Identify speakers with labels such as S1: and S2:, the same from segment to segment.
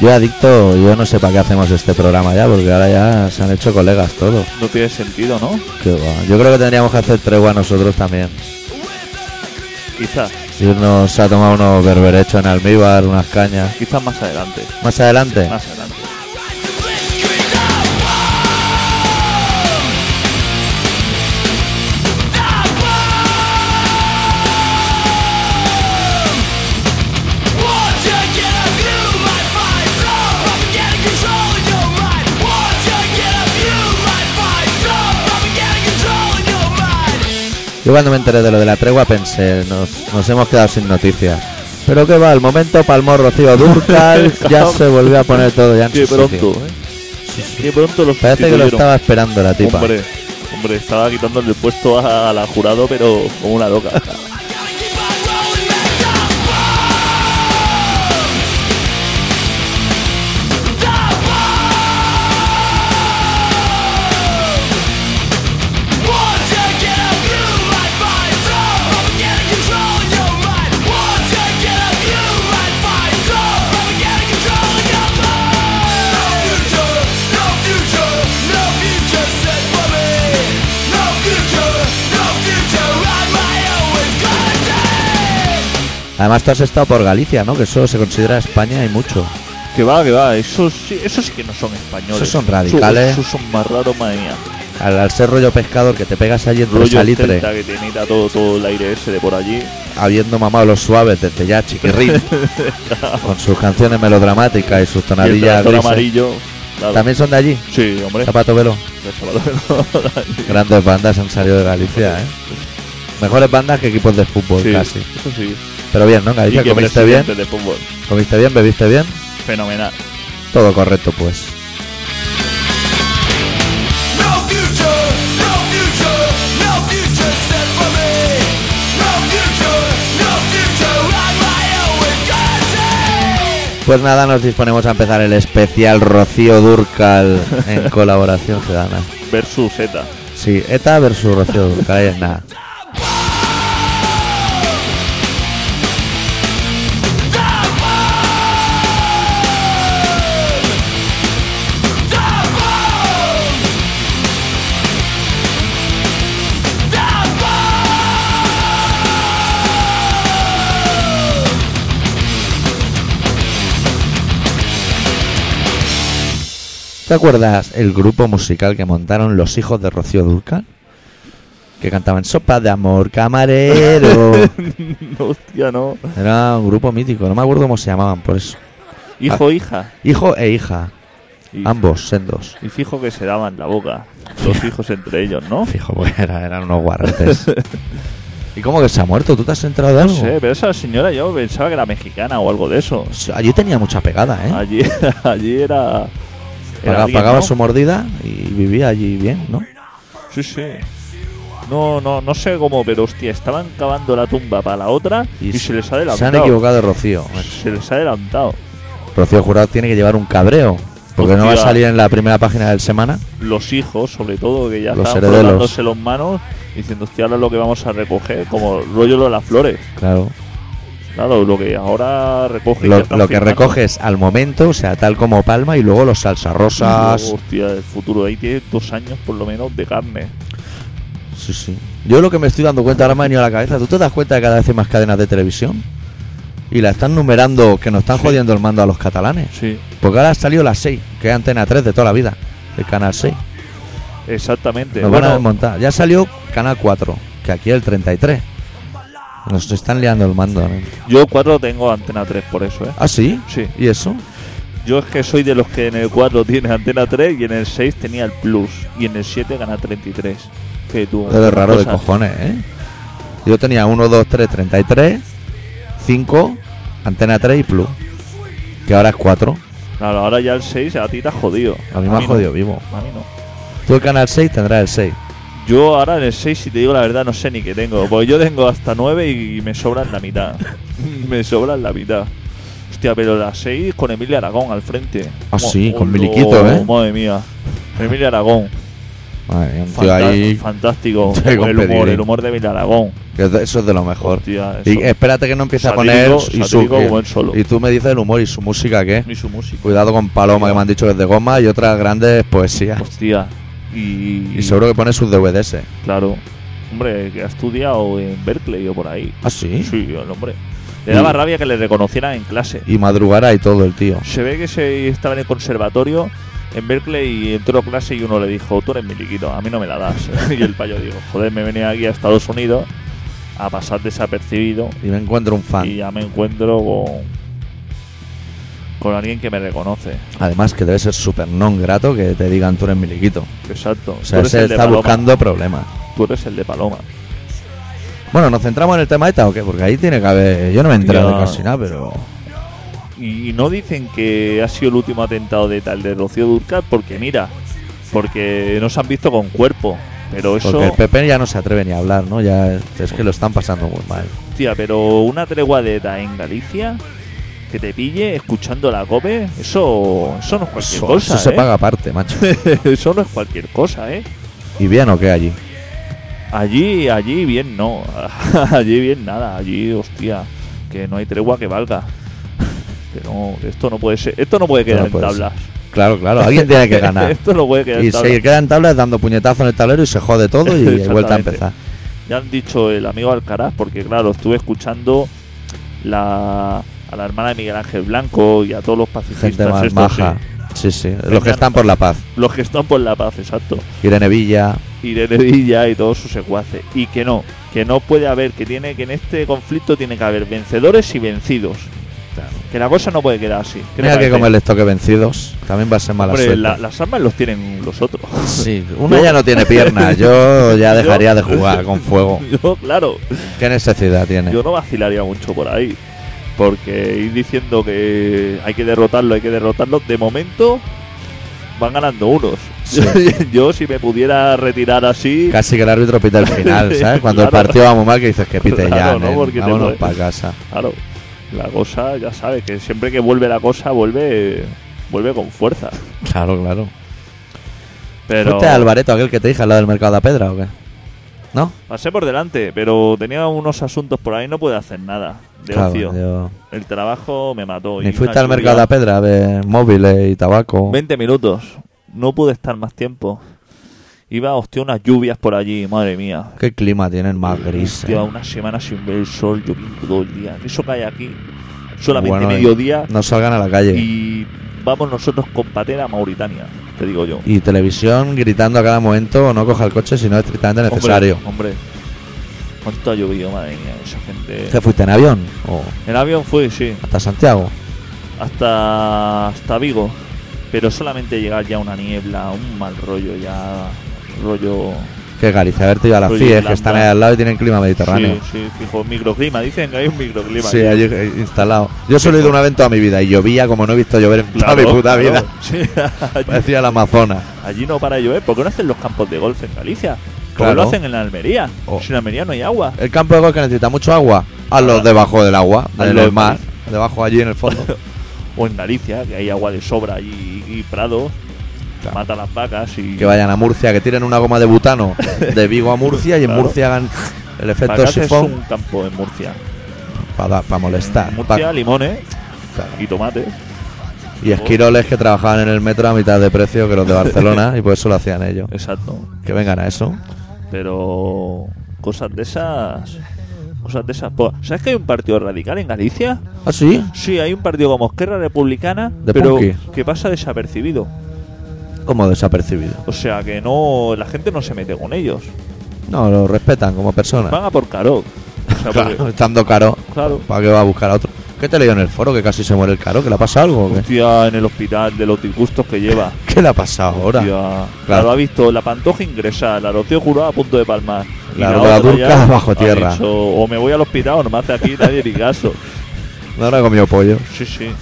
S1: Yo adicto, yo no sé para qué hacemos este programa ya, porque ahora ya se han hecho colegas todos.
S2: No tiene sentido, ¿no?
S1: Qué va. Yo creo que tendríamos que hacer tregua nosotros también.
S2: Quizás,
S1: Irnos a tomar unos berberechos en almíbar, unas cañas.
S2: quizás más adelante.
S1: Más adelante.
S2: Más adelante.
S3: Once you get a view, my fight up. Propaganda control in your mind. Once you get a view, my fight up. Propaganda control in your mind.
S1: Yo cuando me enteré de lo de la tregua pensé, nos, nos hemos quedado sin noticias. Pero qué va, el momento palmó Rocío Durcal, ya se volvió a poner todo ya en
S2: Qué
S1: su
S2: pronto,
S1: sitio.
S2: ¿eh? Qué pronto los
S1: Parece que lo
S2: sustituyeron.
S1: estaba esperando la tipa.
S2: Hombre, hombre, estaba quitándole el puesto a, a la jurado, pero como una loca.
S3: Gotta keep on rolling back down. Once you get a view, my fight up. Propaganda control in your mind. Once you get a view, my fight up. Propaganda control in your mind. No future, no future, no future set for me. No future, no future on my own. Gonna die.
S1: Además tú has estado por Galicia, ¿no? Que eso se considera España y mucho.
S2: que va, que va, esos, sí- esos sí que no son españoles.
S1: Esos son radicales.
S2: Esos, esos son más raros, madre mía.
S1: Al, al ser rollo pescador que te pegas allí entre
S2: Rollo
S1: salitre,
S2: celta que te nita todo, todo el aire ese de por allí.
S1: habiendo mamado los suaves desde ya chiquirrín, con sus canciones melodramáticas y sus
S2: Y el
S1: tonadillas
S2: tractor
S1: grises.
S2: amarillo. claro.
S1: También son de allí,
S2: Sí, hombre.
S1: Zapato Velo.
S2: El zapato
S1: Pues
S2: de-
S1: Grandes bandas han salido de Galicia, ¿eh? Mejores bandas que equipos de fútbol,
S2: Sí,
S1: casi.
S2: Eso sí.
S1: Pero bien, ¿no? En Galicia
S2: y que
S1: comiste bien,
S2: presidente de fútbol.
S1: comiste bien, bebiste bien,
S2: Fenomenal.
S1: todo correcto, pues.
S3: No future, no future, no future set for me. No future, no future on my own. Gonna die.
S1: Pues nada, nos disponemos a empezar el especial Rocío Durcal en colaboración ciudadana.
S2: Versus Z.
S1: Sí, ETA versus Rocío Durcal, ahí es nada. ¿Te acuerdas el grupo musical que montaron los hijos de Rocío Durcal? Que cantaban Sopa de Amor Camarero.
S2: No, hostia, no.
S1: Era un grupo mítico, no me acuerdo cómo se llamaban, por eso.
S2: Hijo,
S1: Ah.
S2: hija.
S1: Hijo e hija,
S2: Y,
S1: ambos sendos.
S2: y fijo que se daban la boca. Los hijos entre ellos, ¿no?
S1: Fijo, porque era- eran unos guarretes. ¿Y cómo que se ha muerto? ¿Tú te has enterado de
S2: No
S1: algo?
S2: sé, pero esa señora yo pensaba que era mexicana o algo de eso.
S1: Sí, Allí tenía mucha pegada, ¿eh?
S2: Allí, allí era. era
S1: Paga-
S2: alguien,
S1: pagaba
S2: ¿no?
S1: su mordida y vivía allí bien, ¿no?
S2: Sí, sí. No, no, no sé cómo, pero hostia, estaban cavando la tumba para la otra y, se les ha adelantado.
S1: Se han equivocado de Rocío. macho.
S2: Se les ha adelantado.
S1: Rocío Jurado tiene que llevar un cabreo. Porque no va a
S2: Hostia.
S1: salir en la primera página del semana.
S2: Los hijos, sobre todo, que ya
S1: Los
S2: estaban
S1: herederos.
S2: frotándose los manos, diciendo, hostia, ahora es lo que vamos a recoger, como rollo lo de las flores.
S1: Claro.
S2: Claro, lo que ahora recoge.
S1: Lo, lo que recoges al momento, o sea, tal como palma, y luego los salsarrosas.
S2: hostia, el futuro ahí tiene dos años por lo menos de carne.
S1: Sí, sí. Yo lo que me estoy dando cuenta ahora me ha venido a la cabeza. ¿Tú te das cuenta de que cada vez hay más cadenas de televisión? Y la están numerando, que nos están
S2: Sí.
S1: jodiendo el mando a los catalanes.
S2: Sí.
S1: Porque ahora ha salido la 6, que es Antena 3 de toda la vida, el Canal 6.
S2: Exactamente.
S1: Nos van a
S2: Bueno,
S1: desmontar. Ya salió Canal 4, que aquí el 33. Nos están liando el mando. ¿no?
S2: yo cuatro tengo antena 3 por eso, ¿eh?
S1: ¿Ah, sí?
S2: Sí.
S1: ¿Y eso?
S2: Yo es que soy de los que en el 4 tiene antena 3 y en el 6 tenía el plus. Y en el 7 gana 33. Que tú.
S1: Es raro de
S2: cosas.
S1: cojones, ¿eh? Yo tenía 1, 2, 3, 33, 5, Antena 3 y Plus. Que ahora es 4.
S2: Claro, ahora ya el 6 a ti te has jodido.
S1: A mí me ha
S2: no.
S1: jodido vivo.
S2: A mí no.
S1: Tú el Canal 6 tendrás el 6.
S2: Yo ahora en el 6, si te digo la verdad, no sé ni qué tengo. Porque yo tengo hasta 9 y me sobran la mitad. me sobran la mitad. Hostia, pero la 6 con Emilia Aragón al frente.
S1: Ah,
S2: Mo-
S1: sí, con
S2: hola,
S1: Miliquito, ¿eh?
S2: Madre mía. Emilia Aragón.
S1: Madre mía, un tío
S2: Fanta-
S1: ahí. ¿eh?
S2: Fantástico.
S1: Sí, con
S2: el humor,
S1: Pellegrini.
S2: el humor de Villalagón.
S1: que es de- eso es de lo mejor.
S2: Hostia, eso.
S1: y espérate que no empiece a poner.
S2: Satírico-
S1: Y, su,
S2: satírico como él solo.
S1: y tú me dices el humor y su música, ¿qué?
S2: Y su música.
S1: Cuidado con Paloma, que me han dicho que es de goma, y otras grandes poesías.
S2: Hostia. Y,
S1: Y seguro que pone sus DVDs.
S2: Claro. Hombre, que ha estudiado en Berkeley o por ahí.
S1: Ah, sí.
S2: Sí, el hombre. Le
S1: Y-
S2: daba rabia que le reconocieran en clase.
S1: Y madrugará y todo el tío.
S2: Se ve que se estaba en el conservatorio en Berkeley y entró a clase y uno le dijo, tú eres miliquito, a mí no me la das. y el payo dijo, joder, me venía aquí a Estados Unidos a pasar desapercibido
S1: Y me encuentro un fan.
S2: y ya me encuentro con, con alguien que me reconoce.
S1: Además, que debe ser súper non grato que te digan tú eres miliquito.
S2: Exacto.
S1: O
S2: Tú
S1: sea,
S2: eres
S1: se
S2: el de
S1: está
S2: Paloma.
S1: buscando problemas.
S2: Tú eres el de Paloma.
S1: Bueno, ¿nos centramos en el tema ETA o qué? Porque ahí tiene que haber. Yo no me he enterado
S2: Ya.
S1: de casi nada, pero.
S2: Y no dicen que ha sido el último atentado de tal de Rocío Durcal porque mira, porque no se han visto con cuerpo. Pero Pues eso,
S1: Porque el PP ya no se atreve ni a hablar, ¿no? Ya es que lo están pasando muy mal.
S2: tía, pero una tregua de edad en Galicia que te pille escuchando la cope, eso, eso no es cualquier
S1: Eso,
S2: cosa.
S1: eso se
S2: ¿eh?
S1: paga aparte, macho.
S2: eso no es cualquier cosa, ¿eh?
S1: ¿Y bien o qué allí?
S2: Allí, allí bien no. allí bien nada. Allí, hostia, que no hay tregua que valga. Que no, que esto no puede ser, esto no puede
S1: Esto no
S2: quedar en
S1: puede ser.
S2: tablas.
S1: Claro, claro, alguien tiene que ganar.
S2: esto no puede quedar
S1: Y
S2: en tablas.
S1: se queda en tablas dando puñetazo en el tablero y se jode todo y vuelta a
S2: Exactamente.
S1: empezar.
S2: Ya han dicho el amigo Alcaraz, porque claro, estuve escuchando la, a la hermana de Miguel Ángel Blanco y a todos los pacifistas.
S1: Gente más
S2: estos,
S1: maja.
S2: sí.
S1: Sí, sí. Los que están por la paz.
S2: los que están por la paz, exacto.
S1: Irene Villa.
S2: Irene Villa y todos sus secuaces. Y que no, que no puede haber, que tiene que en este conflicto tiene que haber vencedores y vencidos. Que la cosa no puede quedar así. ¿Qué te
S1: Mira que
S2: parece?
S1: como les toque vencidos. También va a ser mala
S2: Hombre,
S1: suerte.
S2: la- las armas los tienen los otros.
S1: Sí, uno ya no tiene piernas. Yo ya dejaría de jugar con fuego.
S2: Yo, claro,
S1: ¿Qué necesidad tiene?
S2: yo no vacilaría mucho por ahí. Porque ir diciendo que hay que derrotarlo, hay que derrotarlo, de momento van ganando unos.
S1: Sí.
S2: Yo si me pudiera retirar así,
S1: Casi que el árbitro pita el final, ¿sabes? Cuando el
S2: Claro.
S1: partido va muy mal, que dices que pite ya.
S2: Claro, ¿no?
S1: nen,
S2: Porque te
S1: Vámonos
S2: puede-
S1: para casa.
S2: claro, la cosa ya sabes que siempre que vuelve la cosa vuelve vuelve con fuerza.
S1: Claro, claro.
S2: Pero
S1: ¿Fuiste al bareto aquel que te dije al lado del mercado de Pedra o qué? ¿No?
S2: pasé por delante, pero tenía unos asuntos por ahí, no pude hacer nada de
S1: Claro,
S2: ocio.
S1: yo-
S2: El trabajo me mató.
S1: Ni
S2: y
S1: fuiste
S2: una
S1: al mercado de
S2: lluvia-
S1: Pedra a ver móviles y tabaco.
S2: 20 minutos. No pude estar más tiempo. Iba, hostia, unas lluvias por allí, madre mía.
S1: ¿Qué clima tienen más gris?
S2: Hostia,
S1: eh?
S2: una semana sin ver el sol, lloviendo todo el día. Eso cae aquí. Solamente
S1: Bueno, eh.
S2: mediodía.
S1: No salgan a la calle. Y,
S2: Y vamos nosotros con patera a Mauritania, te digo yo.
S1: televisión gritando a cada momento, no coja el coche si no es estrictamente necesario.
S2: Hombre, hombre. ¿cuánto ha llovido, madre mía? Esa gente.
S1: ¿Qué fuiste en avión? ¿O
S2: En avión fui, sí,
S1: hasta Santiago?
S2: hasta, hasta Vigo. Pero solamente llegar ya a una niebla, un mal rollo, ya. Rollo
S1: Que Galicia, a ver, tío, a las
S2: Oye,
S1: FIES que
S2: Irlanda.
S1: están ahí al lado y tienen clima mediterráneo.
S2: Sí, sí, fijo, microclima. Dicen que hay un microclima.
S1: Sí,
S2: aquí.
S1: allí eh, instalado. Yo solo he ido una vez en toda mi vida y llovía como no he visto llover en toda
S2: Claro,
S1: mi puta
S2: claro.
S1: vida.
S2: Sí, allí,
S1: Parecía el Amazonas.
S2: allí no para de llover. ¿Por qué no hacen los campos de golf en Galicia? Como
S1: Claro.
S2: lo hacen en la Almería.
S1: Oh.
S2: Si en Almería no hay agua.
S1: El campo de golf que necesita mucho agua, hazlo
S2: Ahora.
S1: debajo del agua, en
S2: Hazlo
S1: el
S2: en
S1: mar, debajo allí en el fondo.
S2: O en Galicia, que hay agua de sobra allí y prados.
S1: Claro.
S2: Mata las vacas y.
S1: que vayan a Murcia, que tiren una goma de butano de Vigo a Murcia y en
S2: Claro.
S1: Murcia hagan el
S2: ¿Para
S1: efecto
S2: qué haces un
S1: sifón
S2: campo en Murcia.
S1: para, para molestar.
S2: En Murcia,
S1: Pa-
S2: limones
S1: claro.
S2: y tomates.
S1: Y esquiroles que trabajaban en el metro a mitad de precio que los de Barcelona y por eso lo hacían ellos.
S2: Exacto.
S1: Que vengan a eso.
S2: Pero. Cosas de esas. Cosas de esas. Po- ¿Sabes que hay un partido radical en Galicia?
S1: ¿Ah, sí?
S2: Sí, hay un partido como Esquerra Republicana,
S1: De
S2: pero
S1: punky.
S2: que pasa desapercibido.
S1: Como desapercibido.
S2: O sea, que no la gente no se mete con ellos.
S1: No, lo respetan como personas.
S2: Van a por Caro. O sea, porque-
S1: Claro, estando caro,
S2: claro.
S1: ¿para qué va a buscar a otro? ¿Qué te leído en el foro? Que casi se muere el caro, que le ha pasado algo. o qué?
S2: Hostia, en el hospital de los disgustos que lleva.
S1: ¿Qué le ha pasado ahora?
S2: Hostia.
S1: La,
S2: Claro, ha visto la pantoja ingresar, la Rocío Jurado a punto de palmar. Y
S1: la,
S2: otra
S1: Durca
S2: ya
S1: bajo
S2: ha
S1: tierra.
S2: dicho, o me voy al hospital o no me hace aquí nadie ni caso.
S1: No habrá comido pollo.
S2: Sí, sí. Y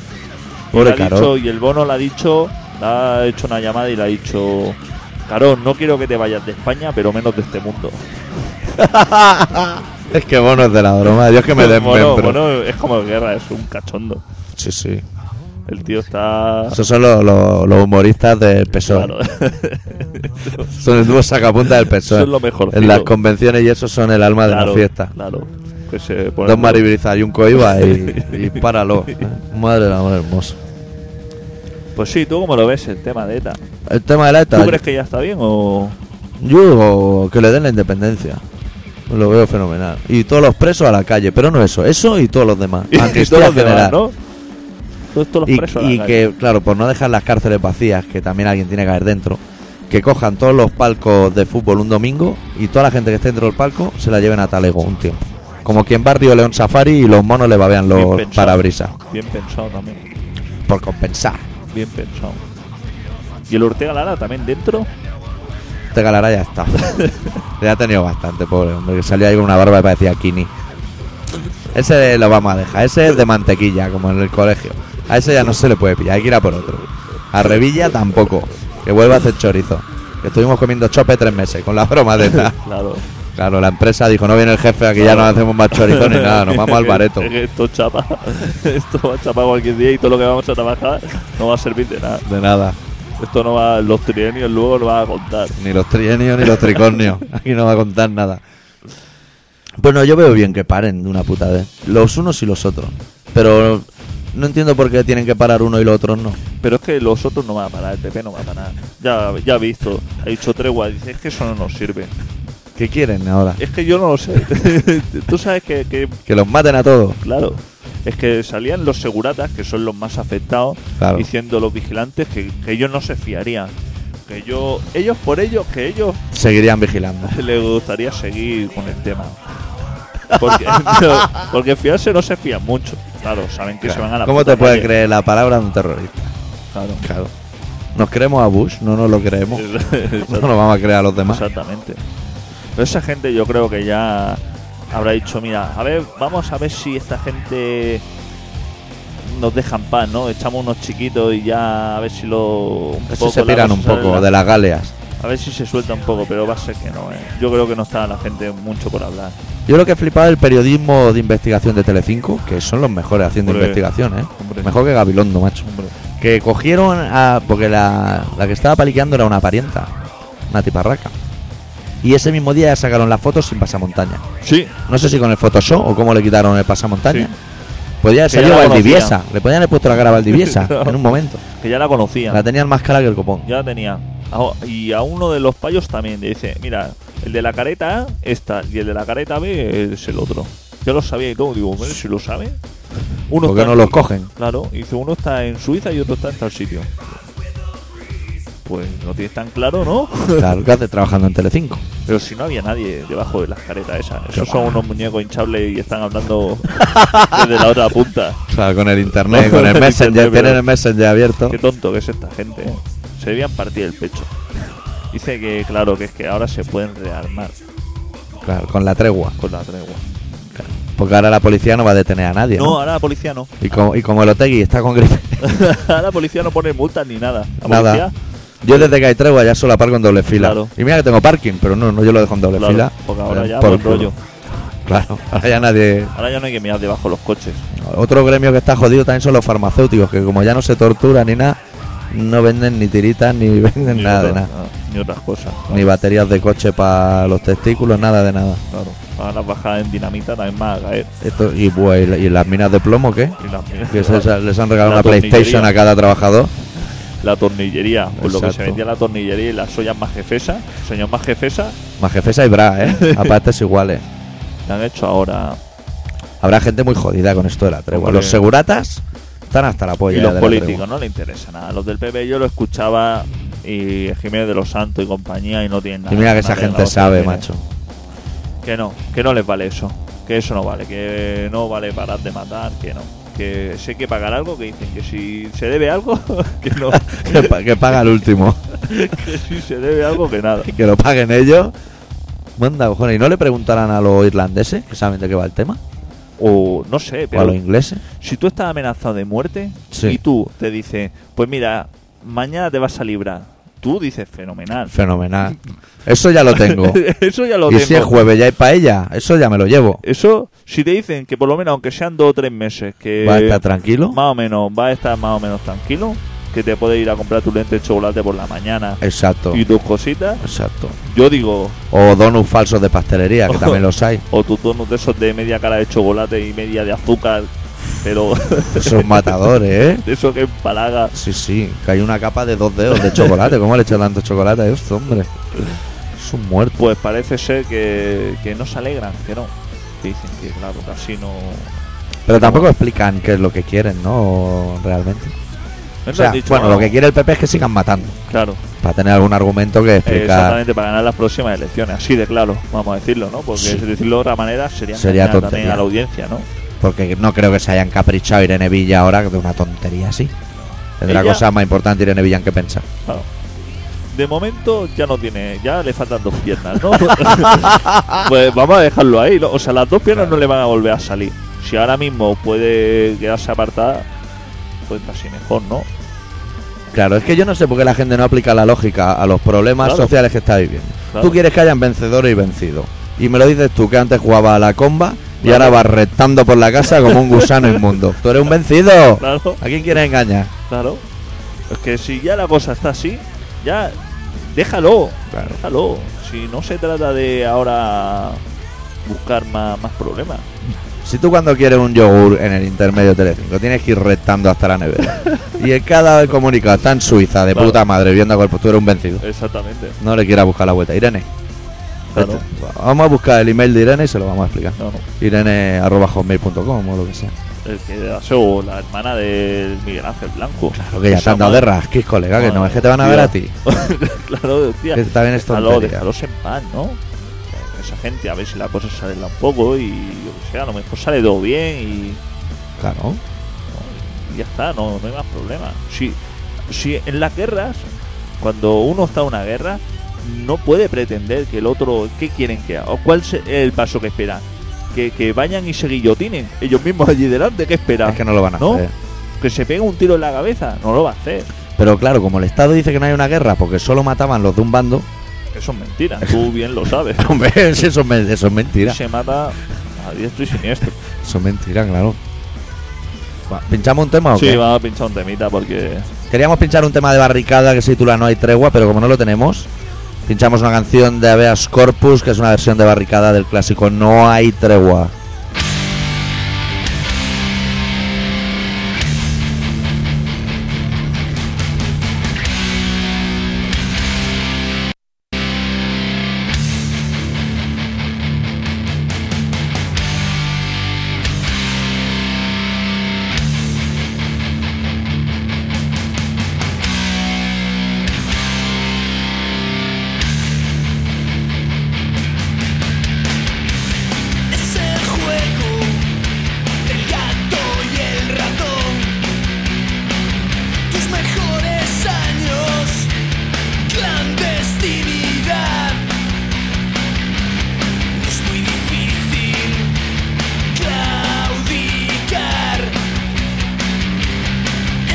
S1: Pobre
S2: le ha
S1: Caro.
S2: dicho- y el bono le ha dicho, le ha hecho una llamada y le ha dicho, Carón, no quiero que te vayas de España, pero menos de este mundo.
S1: Es que Bono es de la broma. Dios que me den
S2: Mono-
S1: membro.
S2: Mono es como guerra, es un cachondo.
S1: Sí, sí.
S2: El tío está.
S1: Esos son los, los- los humoristas del PSOE.
S2: Claro.
S1: Son el dúo sacapunta del PSOE.
S2: Son lo mejorcito.
S1: En las convenciones y eso son el alma de la fiesta.
S2: Claro. Que se ponen
S1: Dos
S2: de-
S1: maribrizas y un coiba y, y páralo. ¿eh? Madre del amor hermoso.
S2: Pues sí, ¿tú cómo lo ves el tema de ETA? ¿Tú
S1: El tema de la ETA.
S2: crees que ya está bien o...?
S1: Yo digo que le den la independencia. Lo veo fenomenal. Y todos los presos a la calle, pero no eso, eso y todos los demás.
S2: y
S1: Amnistía
S2: todos los demás,
S1: general.
S2: ¿no? Todos, todos los
S1: Y,
S2: presos. a la
S1: y
S2: calle.
S1: que, claro, por no dejar las cárceles vacías, que también alguien tiene que caer dentro, que cojan todos los palcos de fútbol un domingo y toda la gente que esté dentro del palco se la lleven a Talego un tiempo. Como quien va a Río León Safari y los monos le babean
S2: Bien
S1: los
S2: pensado.
S1: parabrisas.
S2: Bien pensado también.
S1: Por compensar.
S2: Bien pensado. ¿Y el Ortega Lara también dentro?
S1: Te galará Este ya está. ya ha tenido bastante, pobre hombre, que salía ahí con una barba y parecía Kini. Ese lo vamos a dejar, ese es de mantequilla, como en el colegio. A ese ya no se le puede pillar, hay que ir a por otro. A Revilla tampoco, que vuelva a hacer chorizo. Que estuvimos comiendo chope tres meses con la broma de esta.
S2: Claro.
S1: Claro, la empresa dijo, no viene el jefe, aquí ya no hacemos más chorizo ni nada, nos vamos al bareto.
S2: Es que esto chapa. Esto va a chapar cualquier día y todo lo que vamos a trabajar no va a servir de nada.
S1: De nada,
S2: Esto no va... Los trienios luego lo van a contar.
S1: ni los trienios ni los tricornios, aquí no va a contar nada. Bueno, Pues yo veo bien que paren de una puta vez, los unos y los otros, pero no entiendo por qué tienen que parar uno y los otros no.
S2: Pero es que los otros no van a parar, el PP no va a parar. Ya, ya ha visto, ha dicho tregua, dice, es que eso no nos sirve.
S1: ¿Qué quieren ahora?
S2: Es que yo no lo sé. Tú sabes que, que,
S1: Que los maten a todos.
S2: claro, es que salían los seguratas, que son los más afectados,
S1: Claro.
S2: diciendo los vigilantes que, que ellos no se fiarían. Que yo, ellos por ellos, que ellos
S1: Seguirían vigilando.
S2: les gustaría seguir con el tema. Porque, no, porque fiarse no se fían mucho. Claro, saben que se van a la
S1: ¿Cómo
S2: puta
S1: te puede
S2: calle.
S1: creer la palabra de un terrorista?
S2: Claro.
S1: Claro. ¿Nos creemos a Bush? No nos lo creemos. No nos vamos a creer a los demás.
S2: Exactamente. Pero esa gente yo creo que ya habrá dicho, mira, a ver, vamos a ver si esta gente nos deja en paz, ¿no? Echamos unos chiquitos y ya a ver si lo... un
S1: Eso
S2: poco
S1: se
S2: la
S1: piran
S2: cosa
S1: un
S2: sale
S1: poco
S2: la-
S1: de las galeas.
S2: A ver si se suelta un poco, pero va a ser que no, ¿eh? Yo creo que no está la gente mucho por hablar.
S1: Yo lo que he flipado es el periodismo de investigación de Telecinco, que son los mejores haciendo
S2: Hombre.
S1: investigación, ¿eh?
S2: Hombre.
S1: Mejor que Gabilondo, macho.
S2: Hombre.
S1: Que cogieron a... Porque la, la que estaba paliqueando era una parienta, una tiparraca. Y ese mismo día ya sacaron las fotos sin pasamontaña.
S2: Sí,
S1: No sé si con el Photoshop o cómo le quitaron el pasamontaña.
S2: Sí.
S1: Podía haber
S2: Que ya
S1: salido
S2: la
S1: Valdiviesa.
S2: conocía.
S1: Le podían haber puesto la cara a Valdiviesa
S2: No.
S1: en un momento.
S2: que ya la conocían.
S1: La tenían más cara que el copón.
S2: Ya la tenía. A- Y a uno de los payos también le dice, mira, el de la careta A está y el de la careta B es el otro. Yo lo sabía y todo, digo, bueno, si lo sabe. Uno
S1: ¿Por qué
S2: está
S1: no
S2: en-
S1: los cogen?
S2: Claro, y dice, uno está en Suiza y otro está en tal sitio. Pues no tienes tan claro, ¿no?
S1: Claro, que hace trabajando en Telecinco.
S2: Pero si no había nadie debajo de las caretas esas. Esos
S1: Qué
S2: son
S1: va.
S2: unos muñecos hinchables y están hablando desde la otra punta.
S1: Claro, con el internet,
S2: No,
S1: con
S2: con
S1: el
S2: el
S1: Messenger,
S2: internet,
S1: tienen
S2: pero-
S1: el Messenger abierto.
S2: Qué tonto que es esta gente. ¿eh? Se debían partir el pecho. Dice que, claro, que es que ahora se pueden rearmar.
S1: Claro, con la tregua.
S2: con la tregua.
S1: Porque ahora la policía no va a detener a nadie.
S2: No,
S1: ¿no?
S2: ahora la policía no.
S1: Y, como, y como el Otegui está con gripe.
S2: ahora la policía no pone multas ni nada. La
S1: nada.
S2: policía,
S1: Yo desde que hay tregua ya solo aparco en doble fila.
S2: Claro.
S1: Y mira que tengo parking, pero no, no yo lo dejo en doble
S2: claro,
S1: fila.
S2: porque ahora
S1: Eh,
S2: ya
S1: por
S2: buen
S1: culo.
S2: rollo.
S1: Claro, ahora ya nadie.
S2: Ahora ya no hay que mirar debajo los coches.
S1: Otro gremio que está jodido también son los farmacéuticos, que como ya no se tortura ni nada, no venden ni tiritas, ni venden nada de
S2: otra-
S1: nada.
S2: Ni otras cosas.
S1: Ni baterías de coche para los testículos, nada de nada.
S2: Claro. Ahora las bajadas en dinamita también van a caer.
S1: Esto, y, buah, ¿y la- y las minas de plomo qué?
S2: Y las-
S1: Que se- se- les han regalado
S2: La
S1: una PlayStation
S2: tornillería.
S1: a cada trabajador.
S2: La tornillería. Por lo que se
S1: Exacto.
S2: vendía la tornillería y las ollas más jefesas. Señor más jefesa,
S1: Más jefes hay bra, ¿eh? A partes iguales.
S2: la han hecho ahora.
S1: Habrá gente muy jodida con esto de la tregua.
S2: Hombre.
S1: Los seguratas están hasta la polla.
S2: y
S1: Pues ya de
S2: los
S1: la
S2: políticos
S1: tregua.
S2: no le interesa nada. Los del PP yo lo escuchaba y Jiménez de los Santos y compañía y no tienen nada.
S1: Y mira que esa
S2: nada de
S1: gente
S2: negocio,
S1: sabe,
S2: mira.
S1: macho.
S2: Que no, que no les vale eso. Que eso no vale, que no vale parar de matar, que no. Que si hay que pagar algo, que dicen que si se debe algo, que no.
S1: que, pa- que paga el último.
S2: que si se debe algo, que nada.
S1: que lo paguen ellos. Manda cojones. ¿Y no le preguntarán a los irlandeses que saben de qué va el tema?
S2: O no sé,
S1: ¿O a
S2: pero
S1: los ingleses?
S2: si tú estás amenazado de muerte
S1: Sí.
S2: y tú te dices, pues mira, mañana te vas a librar. Tú dices, fenomenal.
S1: Fenomenal. Eso ya lo tengo.
S2: eso ya lo
S1: y
S2: tengo.
S1: si es jueves ya hay paella, eso ya me lo llevo.
S2: Eso, si te dicen que por lo menos, aunque sean dos o tres meses, que
S1: Va a estar tranquilo.
S2: más o menos, va a estar más o menos tranquilo, que te puedes ir a comprar tu lente de chocolate por la mañana
S1: Exacto.
S2: y tus cositas.
S1: Exacto.
S2: Yo digo,
S1: O donuts falsos de pastelería, que también los hay.
S2: o tus donuts de esos de media cara de chocolate y media de azúcar, pero
S1: Esos matadores, ¿eh?
S2: de eso que empalaga.
S1: Sí, sí, que hay una capa de dos dedos de chocolate. ¿Cómo le echan tanto chocolate a esto, hombre? Es un muerto.
S2: Pues parece ser que, que no se alegran, que no. Dicen que claro, casi no.
S1: Pero tampoco explican qué es lo que quieren, ¿no? Realmente.
S2: ¿No
S1: O sea,
S2: has dicho
S1: bueno, lo
S2: algo?
S1: que quiere el PP es que sigan matando.
S2: Claro,
S1: Para tener algún argumento que explicar.
S2: exactamente, para ganar las próximas elecciones, así de claro, vamos a decirlo, ¿no? Porque
S1: Sí.
S2: decirlo de otra manera sería,
S1: Sería
S2: engañar también
S1: tontería.
S2: a la audiencia, ¿no?
S1: Porque no creo que se hayan caprichado Irene Villa ahora de una tontería así. Tendrá
S2: Ella-
S1: cosas más importantes Irene Villa en que pensar.
S2: Claro. De momento ya no tiene, ya le faltan dos piernas, ¿no? pues vamos a dejarlo ahí, ¿no? O sea, las dos piernas
S1: Claro.
S2: no le van a volver a salir. Si ahora mismo puede quedarse apartada, pues casi mejor, ¿no?
S1: Claro, es que yo no sé por qué la gente no aplica la lógica a los problemas
S2: Claro.
S1: sociales que está viviendo.
S2: Claro.
S1: Tú quieres que hayan vencedores y vencidos. Y me lo dices tú, que antes jugaba a la comba y
S2: Claro.
S1: ahora vas retando por la casa como un gusano inmundo. Tú eres un vencido.
S2: Claro,
S1: ¿A quién quieres engañar?
S2: claro. Es que si ya la cosa está así, ya déjalo,
S1: Claro.
S2: déjalo. Si no se trata de ahora buscar más, más problemas.
S1: Si tú cuando quieres un yogur en el intermedio Telecinco tienes que ir retando hasta la nevera. y el cada del comunicado está en Suiza de
S2: Claro.
S1: puta madre viendo a cuerpo, tú eres un vencido.
S2: Exactamente.
S1: No le quieras buscar la vuelta. Irene,
S2: Claro.
S1: este- vamos a buscar el email de Irene y se lo vamos a explicar.
S2: No, no.
S1: Irene arroba hotmail.com o lo que sea.
S2: El que o la hermana de Miguel Ángel Blanco.
S1: Claro que ya te
S2: Esa
S1: han dado de
S2: madre-
S1: rasquis, colega, que no
S2: Madre
S1: es que te van a ver
S2: mía.
S1: a ti.
S2: claro, tía.
S1: Que también es
S2: déjalo,
S1: tontería.
S2: déjalos en paz, ¿no? Eh, Esa gente, a ver si la cosa sale un poco y yo que sé, a lo mejor sale todo bien y,
S1: Claro.
S2: y ya está, no, no hay más problema. Si, si en las guerras, cuando uno está en una guerra, no puede pretender que el otro, ¿qué quieren que haga? ¿O ¿Cuál es el paso que esperan? Que, que vayan y se guillotinen ellos mismos allí delante, ¿qué esperan?
S1: Es que no lo van a
S2: ¿No?
S1: hacer.
S2: Que se pegue un tiro en la cabeza, no lo va a hacer.
S1: Pero claro, como el Estado dice que no hay una guerra porque solo mataban los de un bando,
S2: Eso es mentira, tú bien lo sabes.
S1: hombre, si eso, es men- eso es mentira.
S2: Se mata a diestro y siniestro.
S1: Eso es mentira, claro. Va, ¿Pinchamos un tema o
S2: Sí,
S1: qué?
S2: vamos a pinchar un temita porque.
S1: Queríamos pinchar un tema de barricada que se titula No hay tregua, pero como no lo tenemos, pinchamos una canción de Aveas Corpus, que es una versión de barricada del clásico No hay tregua.
S3: Es el juego del gato y el ratón. Tus mejores años, clandestinidad. No es muy difícil claudicar.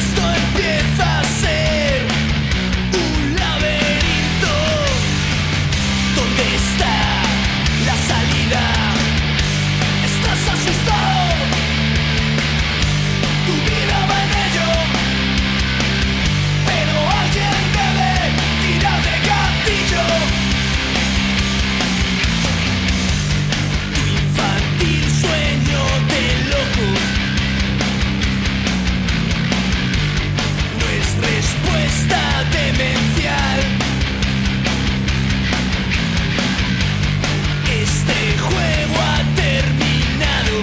S3: Esto empieza a ser un laberinto. ¿Dónde está la salida? ¿Estás asustado? Tu vida va en ello Pero alguien debe tirar de gatillo Tu infantil sueño de loco No es respuesta demencial Este juego ha terminado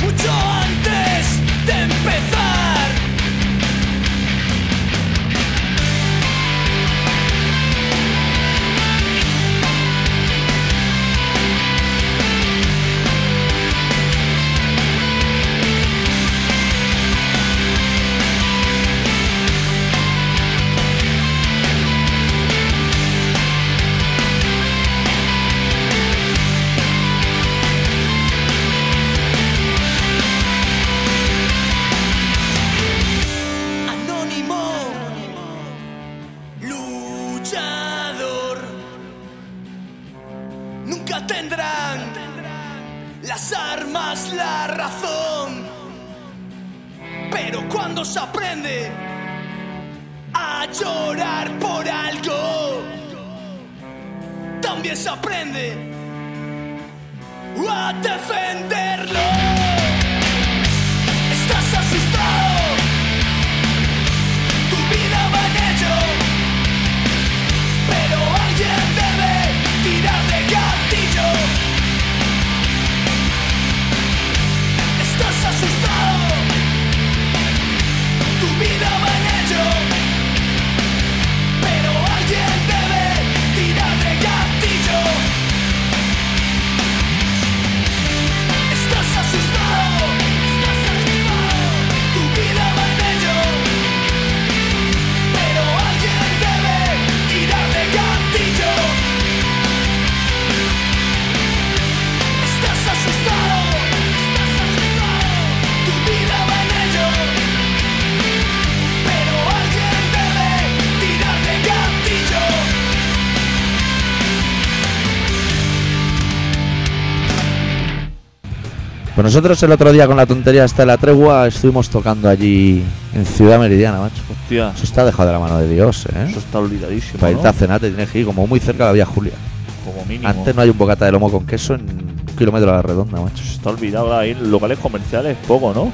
S3: Mucho antes de empezar Anónimo Luchador Nunca tendrán las armas, la razón cuando se aprende a llorar por algo. También se aprende a defenderlo. Estás asustado, tu vida va en ello. Pero alguien debe tirar de gatillo Estás asustado Tu vida va en ello Pero alguien debe tirar de gatillo Estás asustado Tu vida va en ello pero alguien debe tirar de gatillo Estás asustado Tu vida va en ello Pero alguien debe tirar de gatillo
S1: Pues nosotros el otro día con la tontería hasta la tregua estuvimos tocando allí en Ciudad Meridiana, macho.
S2: Hostia,
S1: Eso está dejado de la mano de Dios, ¿eh?
S2: eso está olvidadísimo.
S1: Para
S2: ¿no?
S1: irte a cenar te tienes que ir como muy cerca de la Vía Julia.
S2: Como mínimo.
S1: Antes no hay un bocata de lomo con queso en un kilómetro a la redonda, macho.
S2: Eso Está olvidado ahí en locales comerciales, poco, ¿no?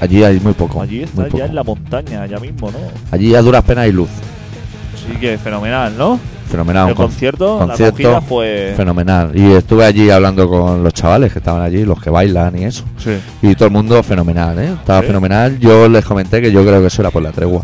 S1: Allí hay muy poco.
S2: Allí
S1: muy
S2: está
S1: poco.
S2: ya en la montaña, ya mismo, ¿no?
S1: Allí a duras penas hay luz.
S2: Sí que fenomenal, ¿no?
S1: Fenomenal.
S2: el
S1: un con-
S2: concierto, la
S1: concierto
S2: acogida fue...
S1: Fenomenal. Y estuve allí hablando con los chavales que estaban allí, los que bailan y eso.
S2: Sí.
S1: Y todo el mundo fenomenal, ¿eh? Estaba
S2: Sí.
S1: fenomenal. Yo les comenté que yo creo que eso era por la tregua.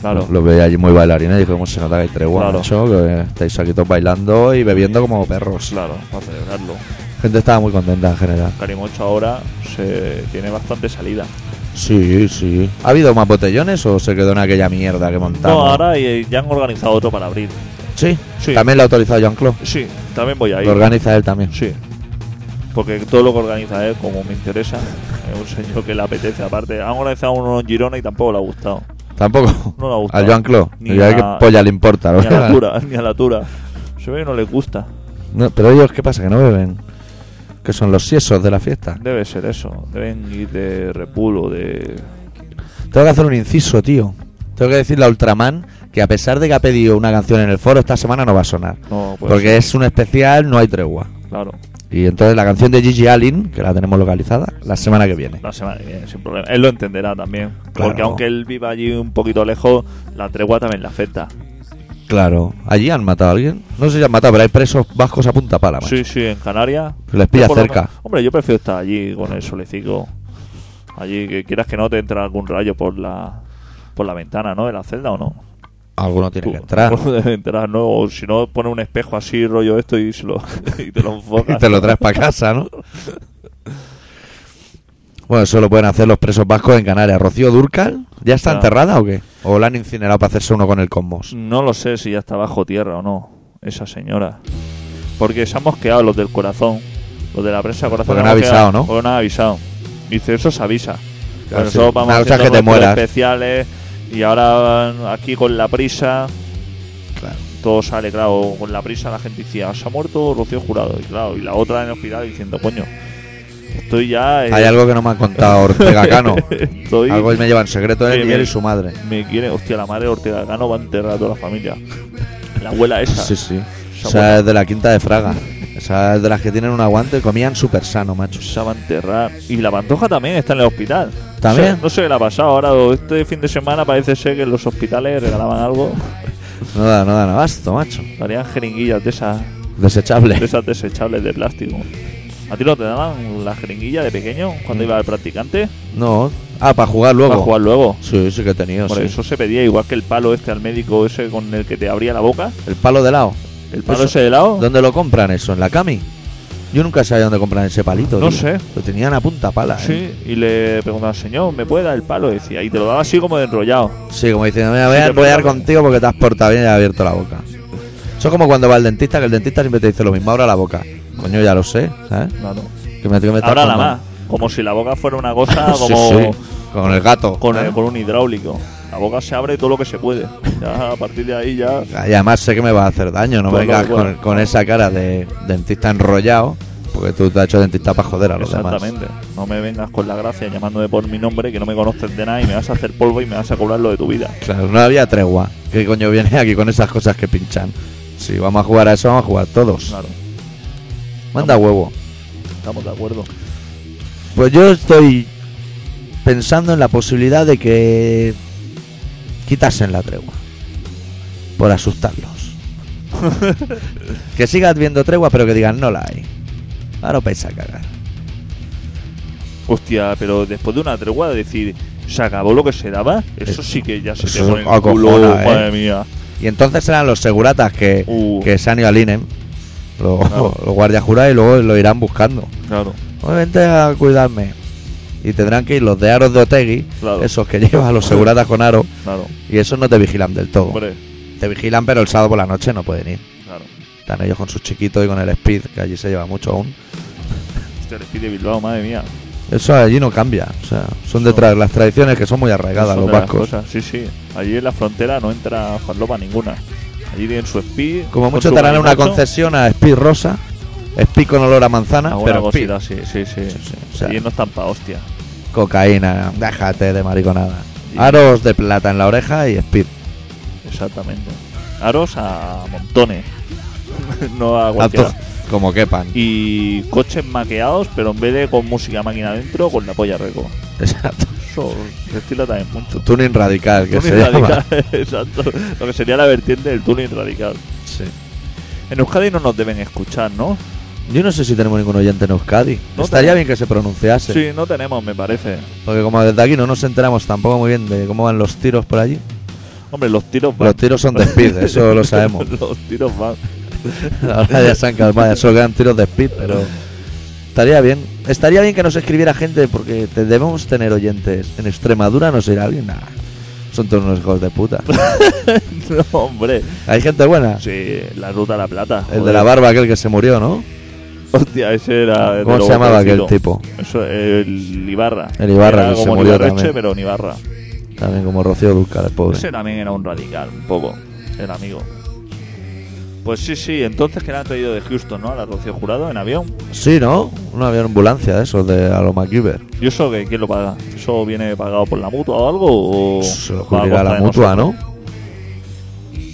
S2: Claro.
S1: Los veía allí muy bailarines y dije, ¿cómo se nota que hay tregua,
S2: Claro.
S1: macho? Que estáis aquí todos bailando y bebiendo como perros.
S2: Claro, para celebrarlo.
S1: La gente estaba muy contenta en general.
S2: Carimocho ahora se tiene bastante salida.
S1: Sí, sí. ¿Ha habido más botellones o se quedó en aquella mierda que montamos?
S2: No, ahora eh, ya han organizado otro para abril.
S1: Sí.
S2: Sí.
S1: También lo ha autorizado Jean-Claude.
S2: Sí, también voy a ir.
S1: Lo organiza él también.
S2: Sí. Porque todo lo que organiza él, como me interesa, es un señor que le apetece. Aparte, han organizado uno en Girona y tampoco le ha gustado.
S1: Tampoco.
S2: No le ha gustado.
S1: Al Jean-Claude.
S2: Ni
S1: Ya
S2: a-
S1: que polla le importa.
S2: Ni a la
S1: ¿verdad?
S2: altura, ni a la altura. Se ve que no les gusta.
S1: No, pero ellos, ¿qué pasa? Que no beben. Que son los siesos de la fiesta.
S2: Debe ser eso. Deben ir de repulo, de.
S1: Tengo que hacer un inciso, tío. Tengo que decirle a Ultraman que a pesar de que ha pedido una canción en el foro, esta semana no va a sonar.
S2: No, pues.
S1: porque es un especial, no hay tregua.
S2: Claro.
S1: Y entonces la canción de Gigi Allen, que la tenemos localizada, la semana que viene.
S2: La semana que viene, sin problema. Él lo entenderá también.
S1: Claro.
S2: Porque aunque él viva allí un poquito lejos, la tregua también le afecta.
S1: Claro. Allí han matado a alguien. No sé si han matado, pero hay presos vascos a punta pala, macho.
S2: Sí, sí, en Canarias.
S1: Les pilla
S2: Yo por lo
S1: cerca.
S2: menos- Hombre, yo prefiero estar allí con el solecico. Allí, que quieras que no te entra algún rayo por la por la ventana, ¿no? De la celda o no.
S1: Alguno tiene
S2: Tú-
S1: que entrar.
S2: tú debes entrar, ¿no? O si no, pone un espejo así, rollo esto, y, se lo, y te lo enfocas.
S1: Y te lo traes para casa, ¿no? Bueno, eso lo pueden hacer los presos vascos en Canarias. ¿Rocío Durcal ya está
S2: Ah.
S1: enterrada o qué? ¿O la han incinerado para hacerse uno con el cosmos?
S2: No lo sé si ya está bajo tierra o no, esa señora. Porque se han mosqueado los del corazón, los de la prensa corazón.
S1: Porque
S2: se
S1: no
S2: han
S1: ha
S2: mosqueado,
S1: avisado, ¿no?
S2: Porque no ha avisado. Dice, eso se avisa.
S1: Claro,
S2: Nosotros
S1: sí.
S2: vamos
S1: Una cosa es que
S2: haciendo
S1: te
S2: nuestros
S1: mueras.
S2: especiales y ahora aquí con la prisa,
S1: Claro.
S2: todo sale, claro, con la prisa la gente decía, se ha muerto Rocío Jurado, y claro, y la otra en el hospital diciendo, coño, estoy ya... eh,
S1: Hay algo que no me ha contado Ortega Cano.
S2: estoy...
S1: Algo me lleva en secreto él
S2: Oye,
S1: y él
S2: mira.
S1: y su madre.
S2: Me quiere, hostia, la madre de Ortega Cano va a enterrar a toda la familia. La abuela esa.
S1: Sí, sí.
S2: esa abuela-
S1: Esa es de la quinta de Fraga. Esa es de las que tienen un aguante y comían súper sano, macho.
S2: se va a enterrar. Y la pantoja también está en el hospital.
S1: ¿También?
S2: No sé, no sé qué le ha pasado ahora. o Este fin de semana parece ser que en los hospitales regalaban algo.
S1: No da, no da abasto, macho.
S2: Darían jeringuillas de esas, de
S1: Desechable.
S2: esas desechables de plástico. ¿A ti no te daban la jeringuilla de pequeño
S1: Mm.
S2: cuando ibas al practicante?
S1: No. Ah, para jugar luego.
S2: Para jugar luego.
S1: Sí, sí que he tenido.
S2: Por
S1: sí.
S2: eso se pedía, igual que el palo este al médico ese con el que te abría la boca.
S1: El palo de lado.
S2: El palo
S1: Eso.
S2: ese de lado.
S1: ¿Dónde lo compran eso? ¿En la Cami? Yo nunca sabía dónde compran ese palito.
S2: No
S1: tío.
S2: sé.
S1: Lo tenían a punta pala. ¿eh?
S2: Sí, y le preguntaba, señor, ¿me puede dar el palo? Y decía, y te lo daba así como de enrollado.
S1: Sí, como diciendo, me voy
S2: Sí,
S1: a
S2: te
S1: enrollar
S2: preguntan-
S1: contigo porque te has portado bien y has abierto la boca. Eso es como cuando va el dentista, que el dentista siempre te dice lo mismo, ahora la boca. Coño, ya lo sé, ¿sabes?
S2: Claro.
S1: Que me, que me estás
S2: Ahora la más.
S1: contando.
S2: Como si la boca fuera una cosa
S1: Sí,
S2: como
S1: sí. Con el gato.
S2: Con,
S1: ¿eh?
S2: con un hidráulico. La boca se abre todo lo que se puede. Ya a partir de ahí ya.
S1: Y además sé que me va a hacer daño, no me
S2: Pues no,
S1: vengas
S2: bueno.
S1: con, con esa cara de dentista enrollado. Porque Porque tú te has hecho dentista para joder a los demás.
S2: Exactamente. No me vengas con la gracia llamándome por mi nombre, que no me conoces de nada y me vas a hacer polvo y me vas a cobrar lo de tu vida.
S1: Claro, no había tregua. ¿Qué coño viene aquí con esas cosas que pinchan? Si vamos a jugar a eso, vamos a jugar todos.
S2: Claro,
S1: Manda huevo.
S2: estamos de acuerdo.
S1: Pues yo estoy pensando en la posibilidad de que quitasen la tregua. Por asustarlos. que sigas viendo tregua, pero que digan no la hay. Ahora os vais a cagar.
S2: Hostia, pero después de una tregua, de decir, se acabó lo que se daba, eso
S1: Eso-
S2: sí que ya se
S1: eso
S2: te pone el
S1: acojona,
S2: culo,
S1: ¿eh?
S2: madre mía.
S1: Y entonces eran los seguratas que,
S2: Uh.
S1: que se han ido al INEM, los,
S2: Claro.
S1: los guardias jurados, y luego lo irán buscando.
S2: Claro,
S1: Pues vente a cuidarme. Y tendrán que ir los de aros de Otegui,
S2: Claro.
S1: esos que llevan a los seguratas con aro,
S2: claro.
S1: y esos no te vigilan del todo.
S2: Hombre,
S1: Te vigilan, pero el sábado por la noche no pueden ir.
S2: claro.
S1: Están ellos con sus chiquitos y con el speed, que allí se lleva mucho aún.
S2: Hostia, les pide Bilbao, madre mía.
S1: Eso allí no cambia. O sea, son
S2: Eso-
S1: detrás las tradiciones que son muy arraigadas
S2: Son
S1: los
S2: de las
S1: vascos.
S2: cosas, Sí, sí. Allí en la frontera no entra farlopa ninguna. Allí tienen su speed.
S1: Como
S2: con
S1: mucho
S2: su
S1: te harán una
S2: marinacho.
S1: concesión a speed rosa, speed con olor a manzana,
S2: Alguna
S1: pero speed.
S2: cosita, sí, sí, sí.
S1: sí, o sea-
S2: Allí no están pa' hostia.
S1: Cocaína, déjate de mariconada.
S2: Y-
S1: Aros de plata en la oreja y speed.
S2: Exactamente. Aros a montones. no a cualquiera.
S1: Tanto como quepan.
S2: Y coches maqueados, pero en vez de con música máquina adentro, con la polla reco.
S1: Exacto.
S2: Eso se estila también mucho.
S1: Tuning radical, que
S2: Tuning
S1: se llama.
S2: radical, exacto. Lo que sería la vertiente del tuning radical.
S1: Sí.
S2: En Euskadi no nos deben escuchar, ¿no?
S1: Yo no sé si tenemos ningún oyente en Euskadi.
S2: No
S1: Estaría
S2: tenemos.
S1: bien que se pronunciase.
S2: sí no tenemos, me parece.
S1: Porque como desde aquí no nos enteramos tampoco muy bien de cómo van los tiros por allí.
S2: Hombre, los tiros van.
S1: Los tiros son de speed, eso lo sabemos.
S2: los tiros van.
S1: Ahora ya se han calmado, ya solo quedan tiros de speed, pero estaría bien. Estaría bien que nos escribiera gente, porque te- debemos tener oyentes. En Extremadura no será alguien. Nah, son todos unos hijos de puta.
S2: No, hombre.
S1: Hay gente buena.
S2: Sí, la ruta a la plata.
S1: El de
S2: joder.
S1: la barba, aquel que se murió, ¿no?
S2: Hostia, ese era. de
S1: ¿Cómo
S2: lo
S1: se llamaba
S2: pobrecito.
S1: aquel tipo?
S2: Eso, el Ibarra.
S1: El Ibarra,
S2: Era
S1: que se
S2: como
S1: murió
S2: Ibarreche,
S1: también.
S2: pero un Ibarra.
S1: También como Rocío Dúrcal, el pobre.
S2: Ese también era un radical, un poco, el amigo. Pues sí, sí, entonces que le han traído de Houston, ¿no? A la Rocío Jurado en avión.
S1: Sí, ¿no? No había ambulancia de esos de a lo MacGyver.
S2: ¿Y eso que quién lo paga? ¿Eso viene pagado por la mutua o algo? O
S1: Se
S2: va
S1: lo
S2: a
S1: cubrirá
S2: costa
S1: la
S2: de
S1: mutua, ¿no?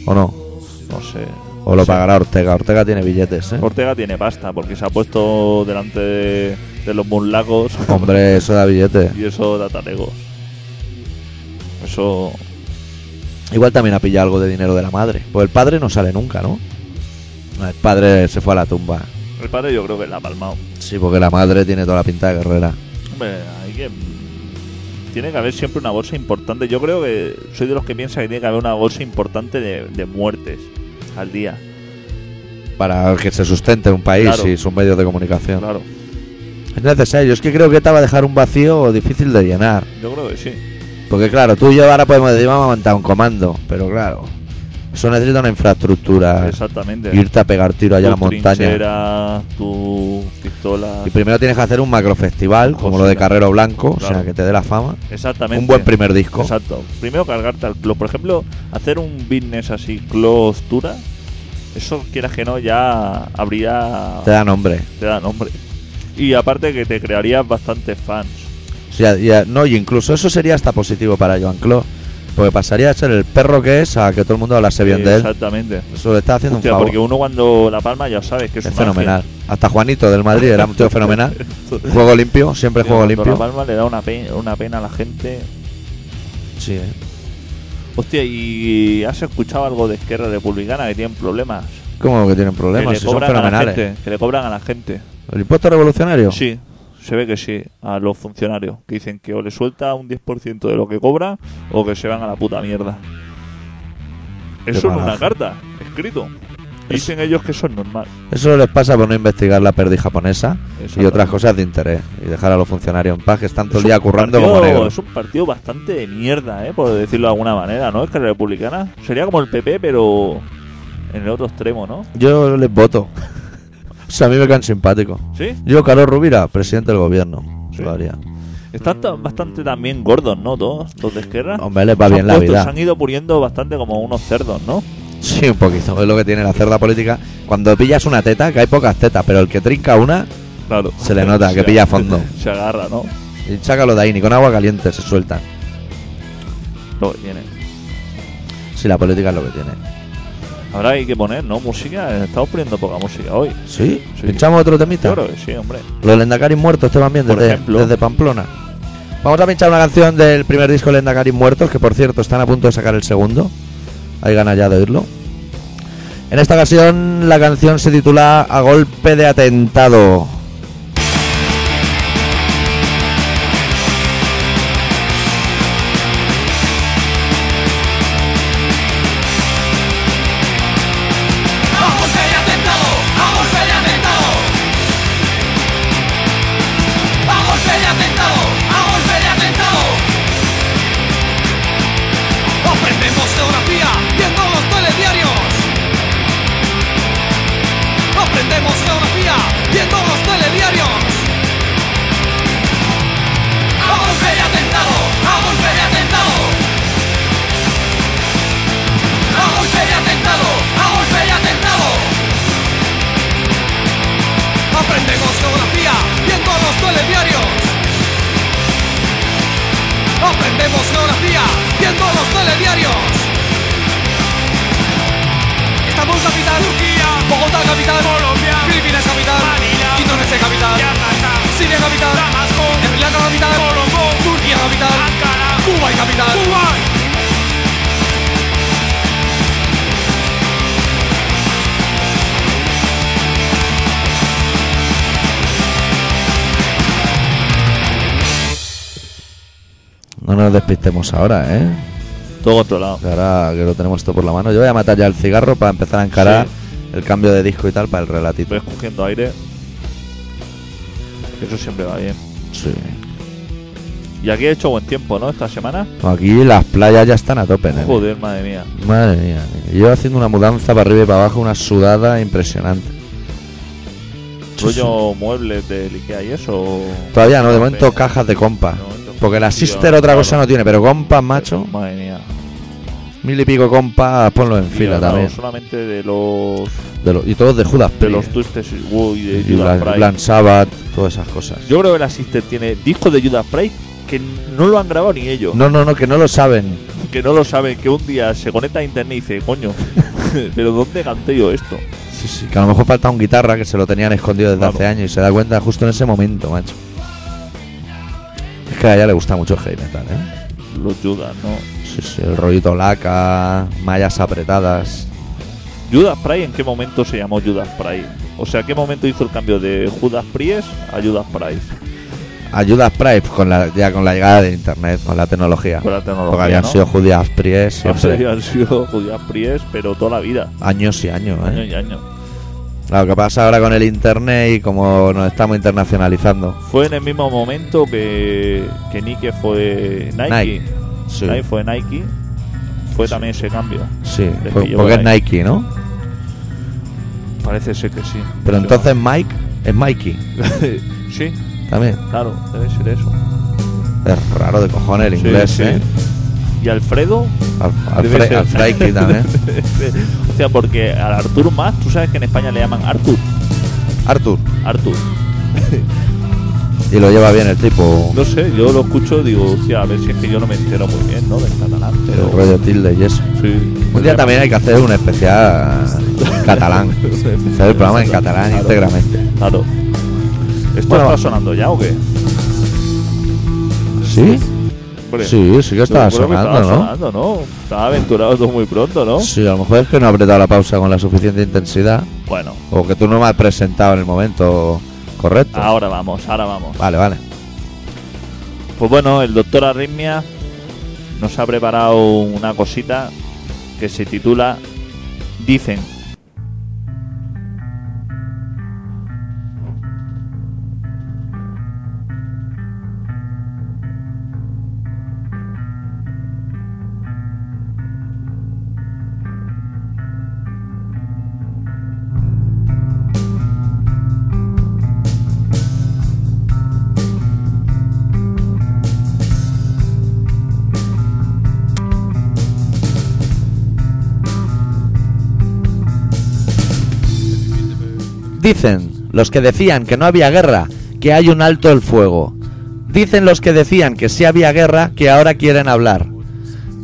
S1: ¿O no?
S2: nosotros? No sé.
S1: O lo
S2: Sí.
S1: pagará Ortega. Ortega tiene billetes, ¿eh?
S2: Ortega tiene pasta porque se ha puesto delante de, de los burlacos
S1: Hombre, eso da billete.
S2: y eso da talegos. Eso.
S1: Igual también ha pillado algo de dinero de la madre. Pues el padre no sale nunca, ¿no? El padre se fue a la tumba.
S2: El padre yo creo que la ha palmado.
S1: Sí, porque la madre tiene toda la pinta de guerrera.
S2: Hombre, hay que. Tiene que haber siempre una bolsa importante. Yo creo que soy de los que piensa que tiene que haber una bolsa importante de, de muertes al día.
S1: Para que se sustente un país
S2: Claro.
S1: y sus medios de comunicación.
S2: Claro,
S1: Es necesario. Es que creo que esta va a dejar un vacío difícil de llenar.
S2: yo creo que sí.
S1: Porque claro, tú y yo ahora podemos decir, vamos a montar un comando. Pero claro, eso necesita una infraestructura.
S2: Exactamente.
S1: Irte a pegar tiro allá a la
S2: Tu
S1: montaña.
S2: trinchera, tu pistola.
S1: Y primero tienes que hacer un macrofestival, como lo de
S2: Cosita.
S1: Carrero Blanco, o sea,
S2: Claro.
S1: que te dé la fama.
S2: Exactamente.
S1: Un buen primer disco.
S2: Exacto. Primero cargarte al club. Por ejemplo, hacer un business así, clostura. Eso quieras que no, ya habría.
S1: Te da nombre.
S2: te da nombre. Y aparte que te crearías bastantes fans.
S1: O sea, ya- no, y incluso eso sería hasta positivo para Joan Clos. Porque pasaría a ser el perro que es a que todo el mundo hablase bien de él.
S2: Exactamente.
S1: Eso le está haciendo
S2: Hostia,
S1: un
S2: porque
S1: favor.
S2: uno cuando la palma ya sabes que es,
S1: Es
S2: un
S1: fenomenal.
S2: ángel.
S1: Hasta Juanito del Madrid era un tío fenomenal. Juego limpio, siempre
S2: Tío,
S1: juego
S2: cuando La
S1: limpio.
S2: palma le da una, pe- una pena a la gente.
S1: Sí, eh.
S2: Hostia, ¿y has escuchado algo de Esquerra Republicana que tienen problemas?
S1: ¿Cómo que tienen
S2: Que
S1: problemas?
S2: le
S1: Si son
S2: cobran a la
S1: fenomenales.
S2: gente. Que le cobran a la gente.
S1: ¿El impuesto revolucionario?
S2: Sí, se ve que sí, a los funcionarios. Que dicen que o le suelta un 10% de lo que cobra o que se van a la puta mierda. Eso en una
S1: malaje.
S2: carta, escrito. Y Dicen ellos que eso es normal.
S1: Eso les pasa por no investigar la perdiz japonesa y
S2: Exactamente.
S1: otras cosas de interés. Y dejar a los funcionarios en paz, que están todo
S2: Es
S1: el día
S2: un
S1: currando
S2: partido-
S1: como negros.
S2: Es un partido bastante de mierda, ¿eh? por decirlo de alguna manera, ¿no? Es que la republicana sería como el PP, pero en el otro extremo, ¿no?
S1: Yo les voto. o sea, a mí me caen simpático.
S2: Sí,
S1: Yo, Carlos Rubira, presidente del gobierno.
S2: Sí.
S1: Lo haría.
S2: están ta- bastante también gordos, ¿no? Todos los de izquierda.
S1: Hombre, les va
S2: Se
S1: bien
S2: han
S1: la
S2: puesto-
S1: vida.
S2: Se han ido poniendo bastante como unos cerdos, ¿no?
S1: Sí, un poquito. Es lo que tiene la cerda política. Cuando pillas una teta, que hay pocas tetas, pero el que trinca una,
S2: Claro.
S1: Se le nota que
S2: Se-
S1: pilla fondo.
S2: Se agarra, ¿no?
S1: Y sácalo de ahí, ni con agua caliente se sueltan.
S2: Lo que tiene.
S1: Si la política es lo que tiene.
S2: Habrá que poner, ¿no? Música. Eh, Estamos poniendo poca música hoy.
S1: ¿Sí?
S2: Sí.
S1: ¿Pinchamos otro temita?
S2: Yo creo que sí, hombre.
S1: Los Lendacaris muertos te van bien
S2: Por
S1: desde,
S2: ejemplo.
S1: desde Pamplona. Vamos a pinchar una canción del primer disco Lendacaris muertos, que por cierto están a punto de sacar el segundo. Hay ganas ya de oírlo. En esta ocasión la canción se titula A golpe de atentado.
S3: A golpe de atentado, a golpe de atentado. A golpe de atentado, a golpe de atentado. Aprendemos geografía viendo los telediarios. Aprendemos geografía viendo los telediarios. A golpe de atentado, a golpe de atentado. A golpe de atentado, a golpe de atentado. Aprendemos geografía viendo los telediarios. Aprendemos geografía viendo los telediarios. Estamos capital Turquía, Bogotá capital Colombia, Filipinas capital, Manila, Indonesia capital, Yakarta, Siria capital, Damasco, Sri Lanka capital, Colombo, Turquía capital, Ankara, Cuba y capital, Cuba.
S1: No nos despistemos ahora, ¿eh?
S2: Todo controlado.
S1: Que Ahora que lo tenemos todo por la mano. Yo voy a matar ya el cigarro para empezar a encarar el cambio de disco y tal para el relatito.
S2: Ves cogiendo aire. Que Eso siempre va bien.
S1: Sí.
S2: Y aquí he hecho buen tiempo, ¿no? Esta semana.
S1: Aquí las playas ya están a tope, nene.
S2: Joder, madre mía.
S1: Madre mía, nene. yo haciendo una mudanza para arriba y para abajo, una sudada impresionante. Sí, sí.
S2: Rollo muebles de Ikea y eso.
S1: Todavía no, de momento
S2: caja
S1: cajas de compa.
S2: De momento.
S1: Porque la
S2: Tío,
S1: sister otra
S2: claro.
S1: cosa no tiene, pero compas, macho,
S2: Madre mía.
S1: mil y pico compas, ponlo en
S2: Y
S1: fila
S2: hablamos
S1: también.
S2: solamente de los.
S1: De los- y todos de Judas
S2: De los
S1: Priest.
S2: Twisted Sister Wood y de
S1: y
S2: Judas
S1: Blan,
S2: Priest.
S1: Blan Sabbath, todas esas cosas.
S2: Yo creo que la Sister tiene discos de Judas Priest que no lo han grabado ni ellos.
S1: No, no, no, que no lo saben.
S2: Que no lo saben. Que un día se conecta a internet y dice, coño, ¿pero dónde canté yo esto?
S1: Sí, sí, que a lo mejor falta un guitarra que se lo tenían escondido desde
S2: Claro.
S1: hace años y se da cuenta justo en ese momento, macho. Es que a ella le gusta mucho el heavy metal, ¿eh?
S2: Los Judas, ¿no?
S1: Sí, sí, el rollito laca, mallas apretadas.
S2: Judas Priest, ¿en qué momento se llamó Judas Priest? O sea, ¿qué momento hizo el cambio de Judas Priest a Judas Priest?
S1: Ayudas Price con la, ya con la llegada de internet, con la tecnología.
S2: Con la tecnología,
S1: Porque habían
S2: ¿no?
S1: sido judías Priest siempre.
S2: Siempre han sido Judas Priest, pero toda la vida.
S1: Años y años, ¿eh?
S2: Años y años.
S1: Claro, que pasa ahora con el internet y como nos estamos internacionalizando.
S2: Fue en el mismo momento que, que Nike fue Nike.
S1: Nike. Sí,
S2: Nike fue Nike. Fue
S1: Sí.
S2: también ese cambio.
S1: sí,
S2: Les
S1: fue-
S2: pilló
S1: porque es
S2: por ahí.
S1: Nike, ¿no?
S2: Parece ser que sí.
S1: Pero entonces Mike es Mikey
S2: sí,
S1: también.
S2: claro, debe ser eso.
S1: Es raro de cojones el
S2: Sí,
S1: inglés,
S2: sí.
S1: ¿eh?
S2: ¿Y Alfredo?
S1: Al, al,
S2: Debe
S1: Fre-
S2: ser.
S1: al Freiki también.
S2: o sea, porque al Artur más, tú sabes que en España le llaman Artur.
S1: Arthur.
S2: Artur.
S1: Y lo lleva bien el tipo.
S2: No sé, yo lo escucho digo, hostia, a ver si es que yo no me entero muy bien, ¿no? Del catalán, pero.
S1: El rollo tilde y eso.
S2: Sí.
S1: Un día también hay que hacer un especial catalán. Hacer el programa en catalán
S2: Claro.
S1: íntegramente.
S2: Claro. ¿Esto
S1: Bueno, va.
S2: está sonando ya o qué?
S1: ¿Sí?
S2: Hombre,
S1: Sí, sí que estaba
S2: yo creo que
S1: sonando,
S2: estaba
S1: ¿no?
S2: sonando, ¿no? Estaba aventurado todo muy pronto, ¿no?
S1: Sí, a lo mejor es que no ha apretado la pausa con la suficiente intensidad.
S2: Bueno,
S1: O que tú no me has presentado en el momento correcto.
S2: ahora vamos, ahora vamos.
S1: Vale, vale.
S2: Pues bueno, el doctor Arritmia nos ha preparado una cosita que se titula Dicen.
S1: Dicen los que decían que no había guerra, que hay un alto el fuego. Dicen los que decían que sí había guerra, que ahora quieren hablar.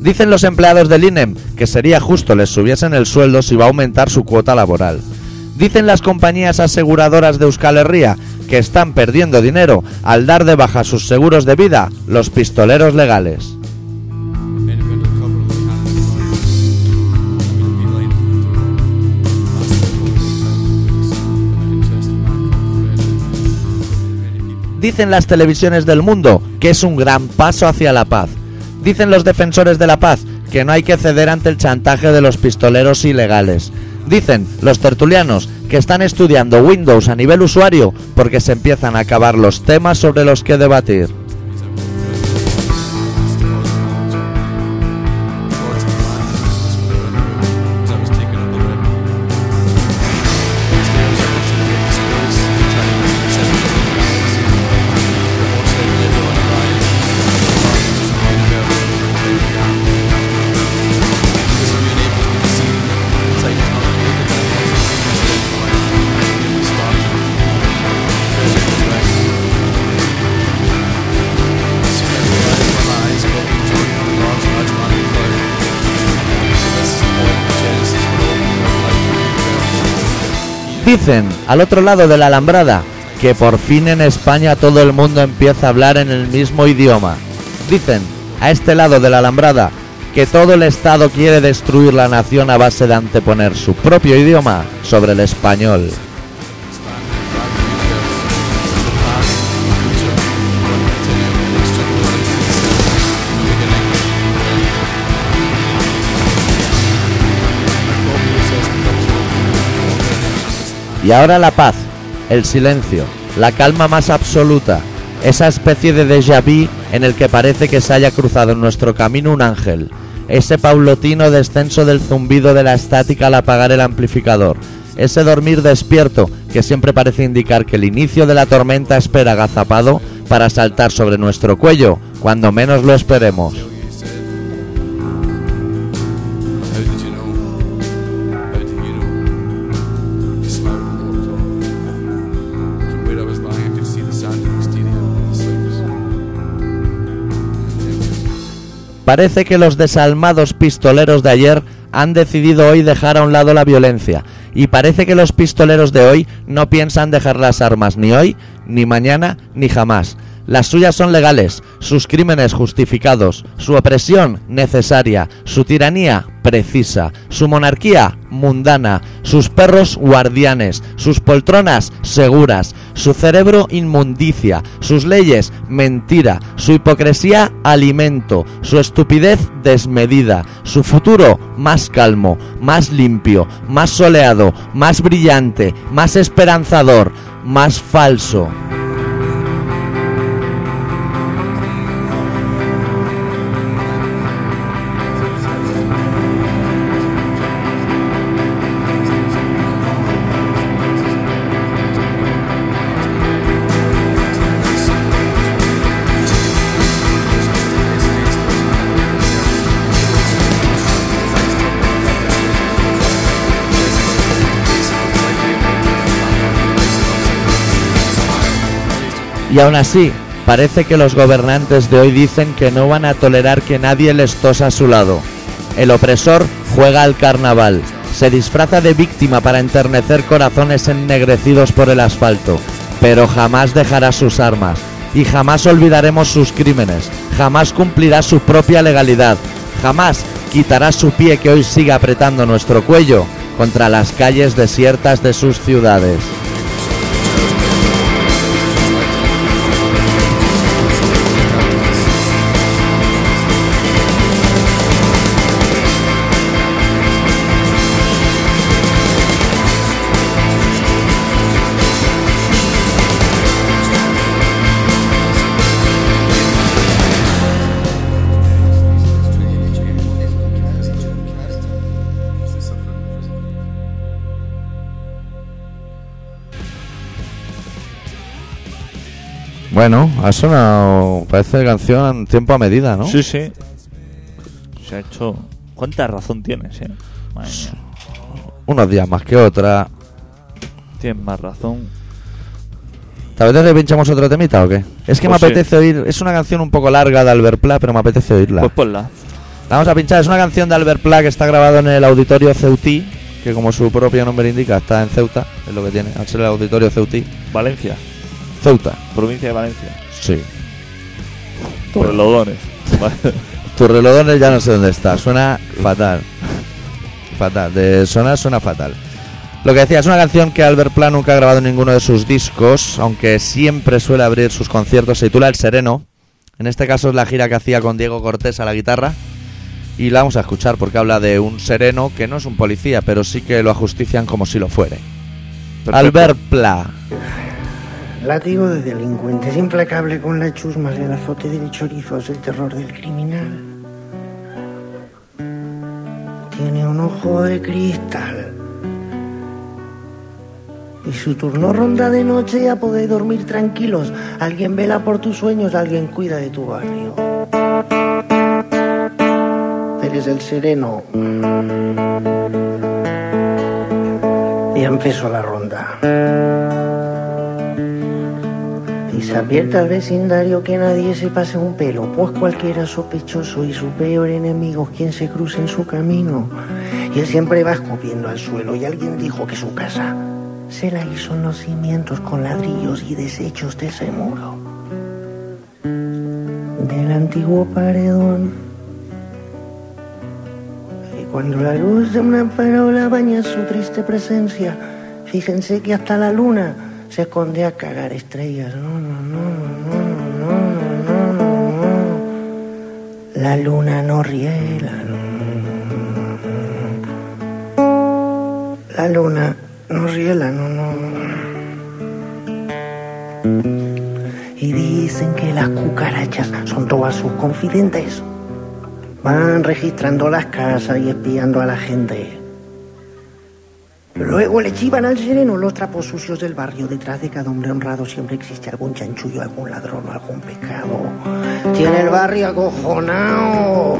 S1: Dicen los empleados del INEM que sería justo les subiesen el sueldo si va a aumentar su cuota laboral. Dicen las compañías aseguradoras de Euskal Herria que están perdiendo dinero al dar de baja sus seguros de vida los pistoleros legales. Dicen las televisiones del mundo que es un gran paso hacia la paz. Dicen los defensores de la paz que no hay que ceder ante el chantaje de los pistoleros ilegales. Dicen los tertulianos que están estudiando Windows a nivel usuario porque se empiezan a acabar los temas sobre los que debatir. Dicen, al otro lado de la alambrada, que por fin en España todo el mundo empieza a hablar en el mismo idioma. Dicen, a este lado de la alambrada, que todo el Estado quiere destruir la nación a base de anteponer su propio idioma sobre el español. Y ahora la paz, el silencio, la calma más absoluta, esa especie de déjà vu en el que parece que se haya cruzado en nuestro camino un ángel, ese paulatino descenso del zumbido de la estática al apagar el amplificador, ese dormir despierto que siempre parece indicar que el inicio de la tormenta espera agazapado para saltar sobre nuestro cuello cuando menos lo esperemos.
S4: How did you know? How did you know? He smiled and walked off. From where I was lying, I could see the sand and exterior of the cypress.
S1: Parece que los desalmados pistoleros de ayer han decidido hoy dejar a un lado la violencia y parece que los pistoleros de hoy no piensan dejar las armas ni hoy, ni mañana, ni jamás. Las suyas son legales, sus crímenes justificados, su opresión necesaria, su tiranía precisa, su monarquía mundana, sus perros guardianes, sus poltronas seguras, su cerebro inmundicia, sus leyes mentira, su hipocresía alimento, su estupidez desmedida, su futuro más calmo, más limpio, más soleado, más brillante, más esperanzador, más falso. Y aún así, parece que los gobernantes de hoy dicen que no van a tolerar que nadie les tosa a su lado. El opresor juega al carnaval, se disfraza de víctima para enternecer corazones ennegrecidos por el asfalto, pero jamás dejará sus armas, y jamás olvidaremos sus crímenes, jamás cumplirá su propia legalidad, jamás quitará su pie que hoy sigue apretando nuestro cuello contra las calles desiertas de sus ciudades. Bueno, ha sonado, parece canción tiempo a medida, ¿no?
S2: Sí, sí. Se ha hecho. ¿Cuánta razón tienes, eh? Madre mía.
S1: Unos días más que otra.
S2: Tienes más razón
S1: ¿Te apetece que pinchamos otro temita o qué? Es que
S2: Pues
S1: me
S2: sí.
S1: apetece oír. Es una canción un poco larga de Albert Pla, pero me apetece oírla.
S2: Pues ponla.
S1: La vamos a pinchar. Es una canción de Albert Pla que está grabado en el auditorio Ceutí, que como su propio nombre indica, está en Ceuta. Es lo que tiene. Al ser el auditorio Ceutí.
S2: Valencia,
S1: Ceuta.
S2: provincia de Valencia.
S1: Sí.
S2: Por el Lodones. Vale.
S1: Turrelodones ya no sé dónde está. Suena fatal. Fatal. De sonar suena fatal. Lo que decía, es una canción que Albert Pla nunca ha grabado en ninguno de sus discos, aunque siempre suele abrir sus conciertos. Se titula El Sereno. En este caso es la gira que hacía con Diego Cortés a la guitarra. Y la vamos a escuchar porque habla de un sereno que no es un policía, pero sí que lo ajustician como si lo fuere.
S2: Perfecto.
S1: Albert Pla.
S5: Látigo de delincuentes, implacable con la chusma del azote del chorizo, es el terror del criminal. Tiene un ojo de cristal. Y su turno ronda de noche ya podéis dormir tranquilos. Alguien vela por tus sueños, alguien cuida de tu barrio. Eres el sereno. Y empezó la ronda. Y se advierte al vecindario que nadie se pase un pelo, pues cualquiera sospechoso y su peor enemigo es quien se cruce en su camino. Y él siempre va escupiendo al suelo y alguien dijo que su casa se la hizo en los cimientos con ladrillos y desechos de ese muro. Del antiguo paredón. Y cuando la luz de una farola baña su triste presencia, fíjense que hasta la luna se esconde a cagar estrellas. No, no, no, no, no, no, no, no. La luna no riela. no, no, no, no. La luna no riela. No, no, no. Y dicen que las cucarachas son todas sus confidentes. Van registrando las casas y espiando a la gente. Luego le chivan al sereno los trapos sucios del barrio. Detrás de cada hombre honrado siempre existe algún chanchullo, algún ladrón o algún pecado. Tiene el barrio acojonado.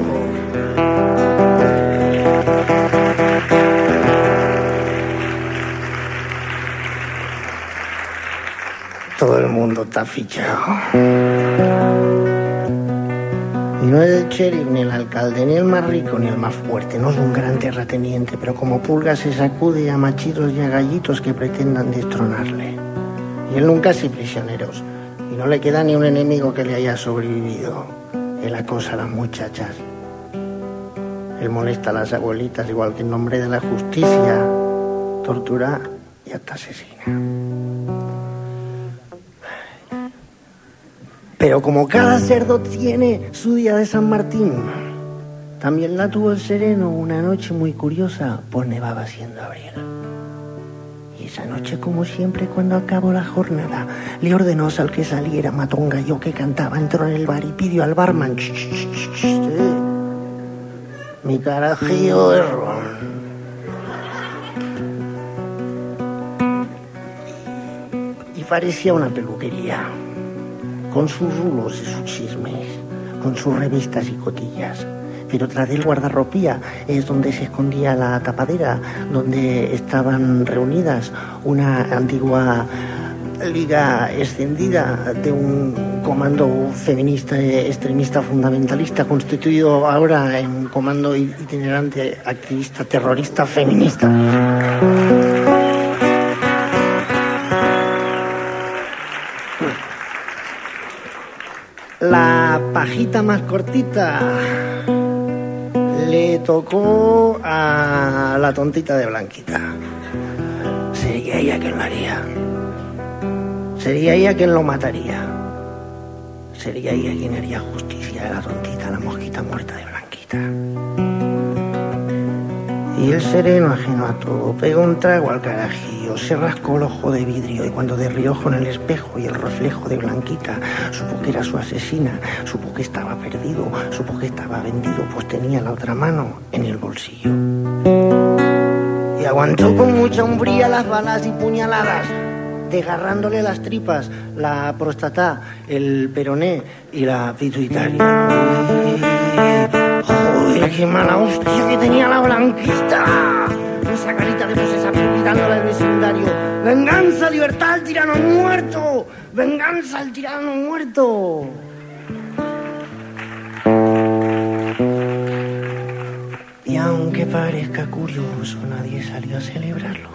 S5: Todo el mundo está fichado. Y No es el sheriff, ni el alcalde, ni el más rico, ni el más fuerte. No es un gran terrateniente, pero como pulga se sacude a machitos y a gallitos que pretendan destronarle. Y él nunca hace prisioneros. Y no le queda ni un enemigo que le haya sobrevivido. Él acosa a las muchachas. Él molesta a las abuelitas, igual que en nombre de la justicia, tortura y hasta asesina. Pero como cada cerdo tiene su día de San Martín, también la tuvo el sereno una noche muy curiosa, pues nevaba siendo abril. Y esa noche, como siempre, cuando acabó la jornada, le ordenó al que saliera, mató un gallo que cantaba, entró en el bar y pidió al barman. "Ch, ch, ch, ch, eh, Mi carajillo de ron. Y parecía una peluquería con sus rulos y sus chismes, con sus revistas y cotillas. Pero tras del guardarropía es donde se escondía la tapadera, donde estaban reunidas una antigua liga extendida de un comando feminista eh, extremista fundamentalista constituido ahora en un comando itinerante activista terrorista feminista. la pajita más cortita le tocó a la tontita de Blanquita. Sería ella quien lo haría. Sería ella quien lo mataría. Sería ella quien haría justicia a la tontita, a la mosquita muerta de Blanquita. Y el sereno ajeno a todo pegó un trago al carajillo, se rascó el ojo de vidrio y cuando de riojo en el espejo y el reflejo de Blanquita supo que era su asesina, supo que estaba perdido, supo que estaba vendido, pues tenía la otra mano en el bolsillo. Y aguantó con mucha umbría las balas y puñaladas, desgarrándole las tripas, la próstata, el peroné y la pituitaria. Joder, qué mala hostia que tenía la blanquita. Esa carita de posesa mirándola en vecindad Rosario. Venganza, libertad al tirano muerto. Venganza al tirano muerto. Y aunque parezca curioso, nadie salió a celebrarlo.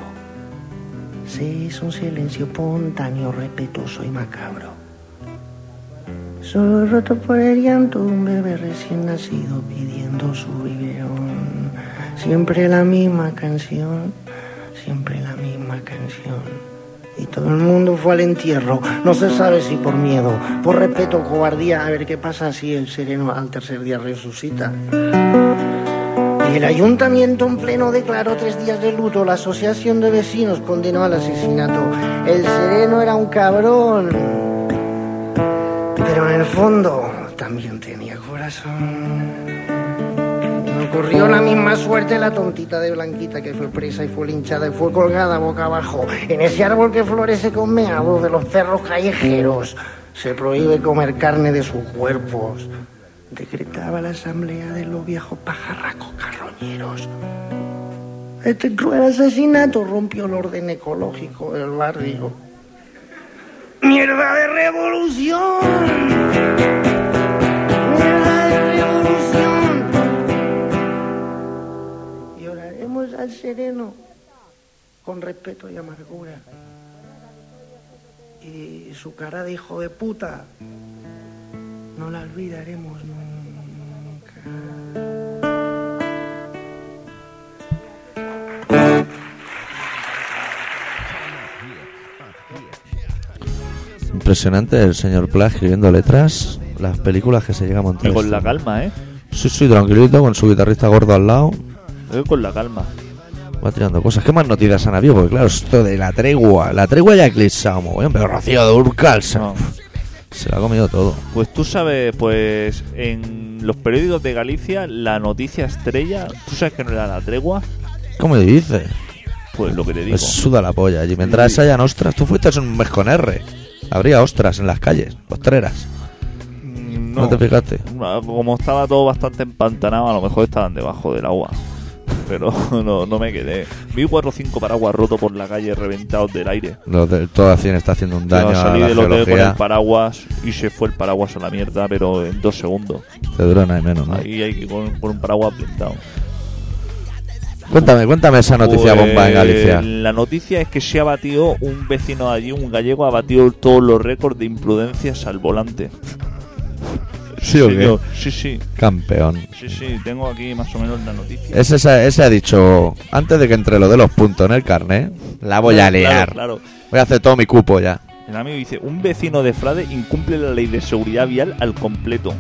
S5: Se hizo un silencio espontáneo, respetuoso y macabro. Solo roto por el llanto un bebé recién nacido pidiendo su biberón. Siempre la misma canción, siempre la misma canción. Y todo el mundo fue al entierro, no se sabe si por miedo, por respeto o cobardía, a ver qué pasa si el sereno al tercer día resucita. El ayuntamiento en pleno declaró tres días de luto. La asociación de vecinos condenó al asesinato. El sereno era un cabrón. Pero en el fondo también tenía corazón. Me ocurrió la misma suerte la tontita de Blanquita que fue presa y fue linchada y fue colgada boca abajo. En ese árbol que florece con meados de los perros callejeros se prohíbe comer carne de sus cuerpos. Decretaba la asamblea de los viejos pajarracos carroñeros. Este cruel asesinato rompió el orden ecológico del barrio. ¡Mierda de revolución! ¡Mierda de revolución! y oraremos al sereno con respeto y amargura. Y su cara de hijo de puta no la olvidaremos nunca.
S1: Impresionante el señor Pla escribiendo letras, las películas que se llega a montar.
S2: Con la calma, ¿eh?
S1: Sí, sí, tranquilito, con su guitarrista gordo al lado.
S2: Eh, Con la calma.
S1: Va tirando cosas. ¿Qué más noticias han habido? Porque claro, esto de la tregua. La tregua ya ha eclipsado, mogollón, pero Rocío de Urcal se,
S2: No.
S1: se la ha comido todo.
S2: Pues tú sabes, pues en los periódicos de Galicia, la noticia estrella, tú sabes que no era la tregua,
S1: ¿Cómo dices?
S2: pues lo que te digo.
S1: Pues suda la polla allí. Mientras
S2: Sí.
S1: hayan ostras, tú fuiste hace un mes con R. Habría ostras en las calles, ostreras.
S2: Mm,
S1: No. te fijaste?
S2: Ah, Como estaba todo bastante empantanado, a lo mejor estaban debajo del agua. Pero no, no me quedé. Vi cuatro o cinco paraguas rotos por la calle, reventados del aire.
S1: Lo de- todo cien está haciendo un daño
S2: Yo
S1: a
S2: salí
S1: la
S2: del hotel con el
S1: geología.
S2: paraguas y se fue el paraguas a la mierda, pero en dos segundos.
S1: Te dura nada y menos, ¿no?
S2: Ahí hay que ir con, con un paraguas plantado.
S1: Cuéntame, cuéntame esa noticia
S2: Pues,
S1: bomba en Galicia.
S2: La noticia es que se ha batido un vecino de allí, un gallego, ha batido todos los récords de imprudencias al volante.
S1: ¿Sí o qué?
S2: Señor, Sí, sí,
S1: Campeón.
S2: sí, sí, tengo aquí más o menos la noticia.
S1: Ese, se ha- ese ha dicho, antes de que entre lo de los puntos en el carnet, la voy a
S2: Claro,
S1: liar.
S2: claro.
S1: Voy a hacer todo mi cupo ya.
S2: El amigo dice, un vecino de Frade incumple la ley de seguridad vial al completo.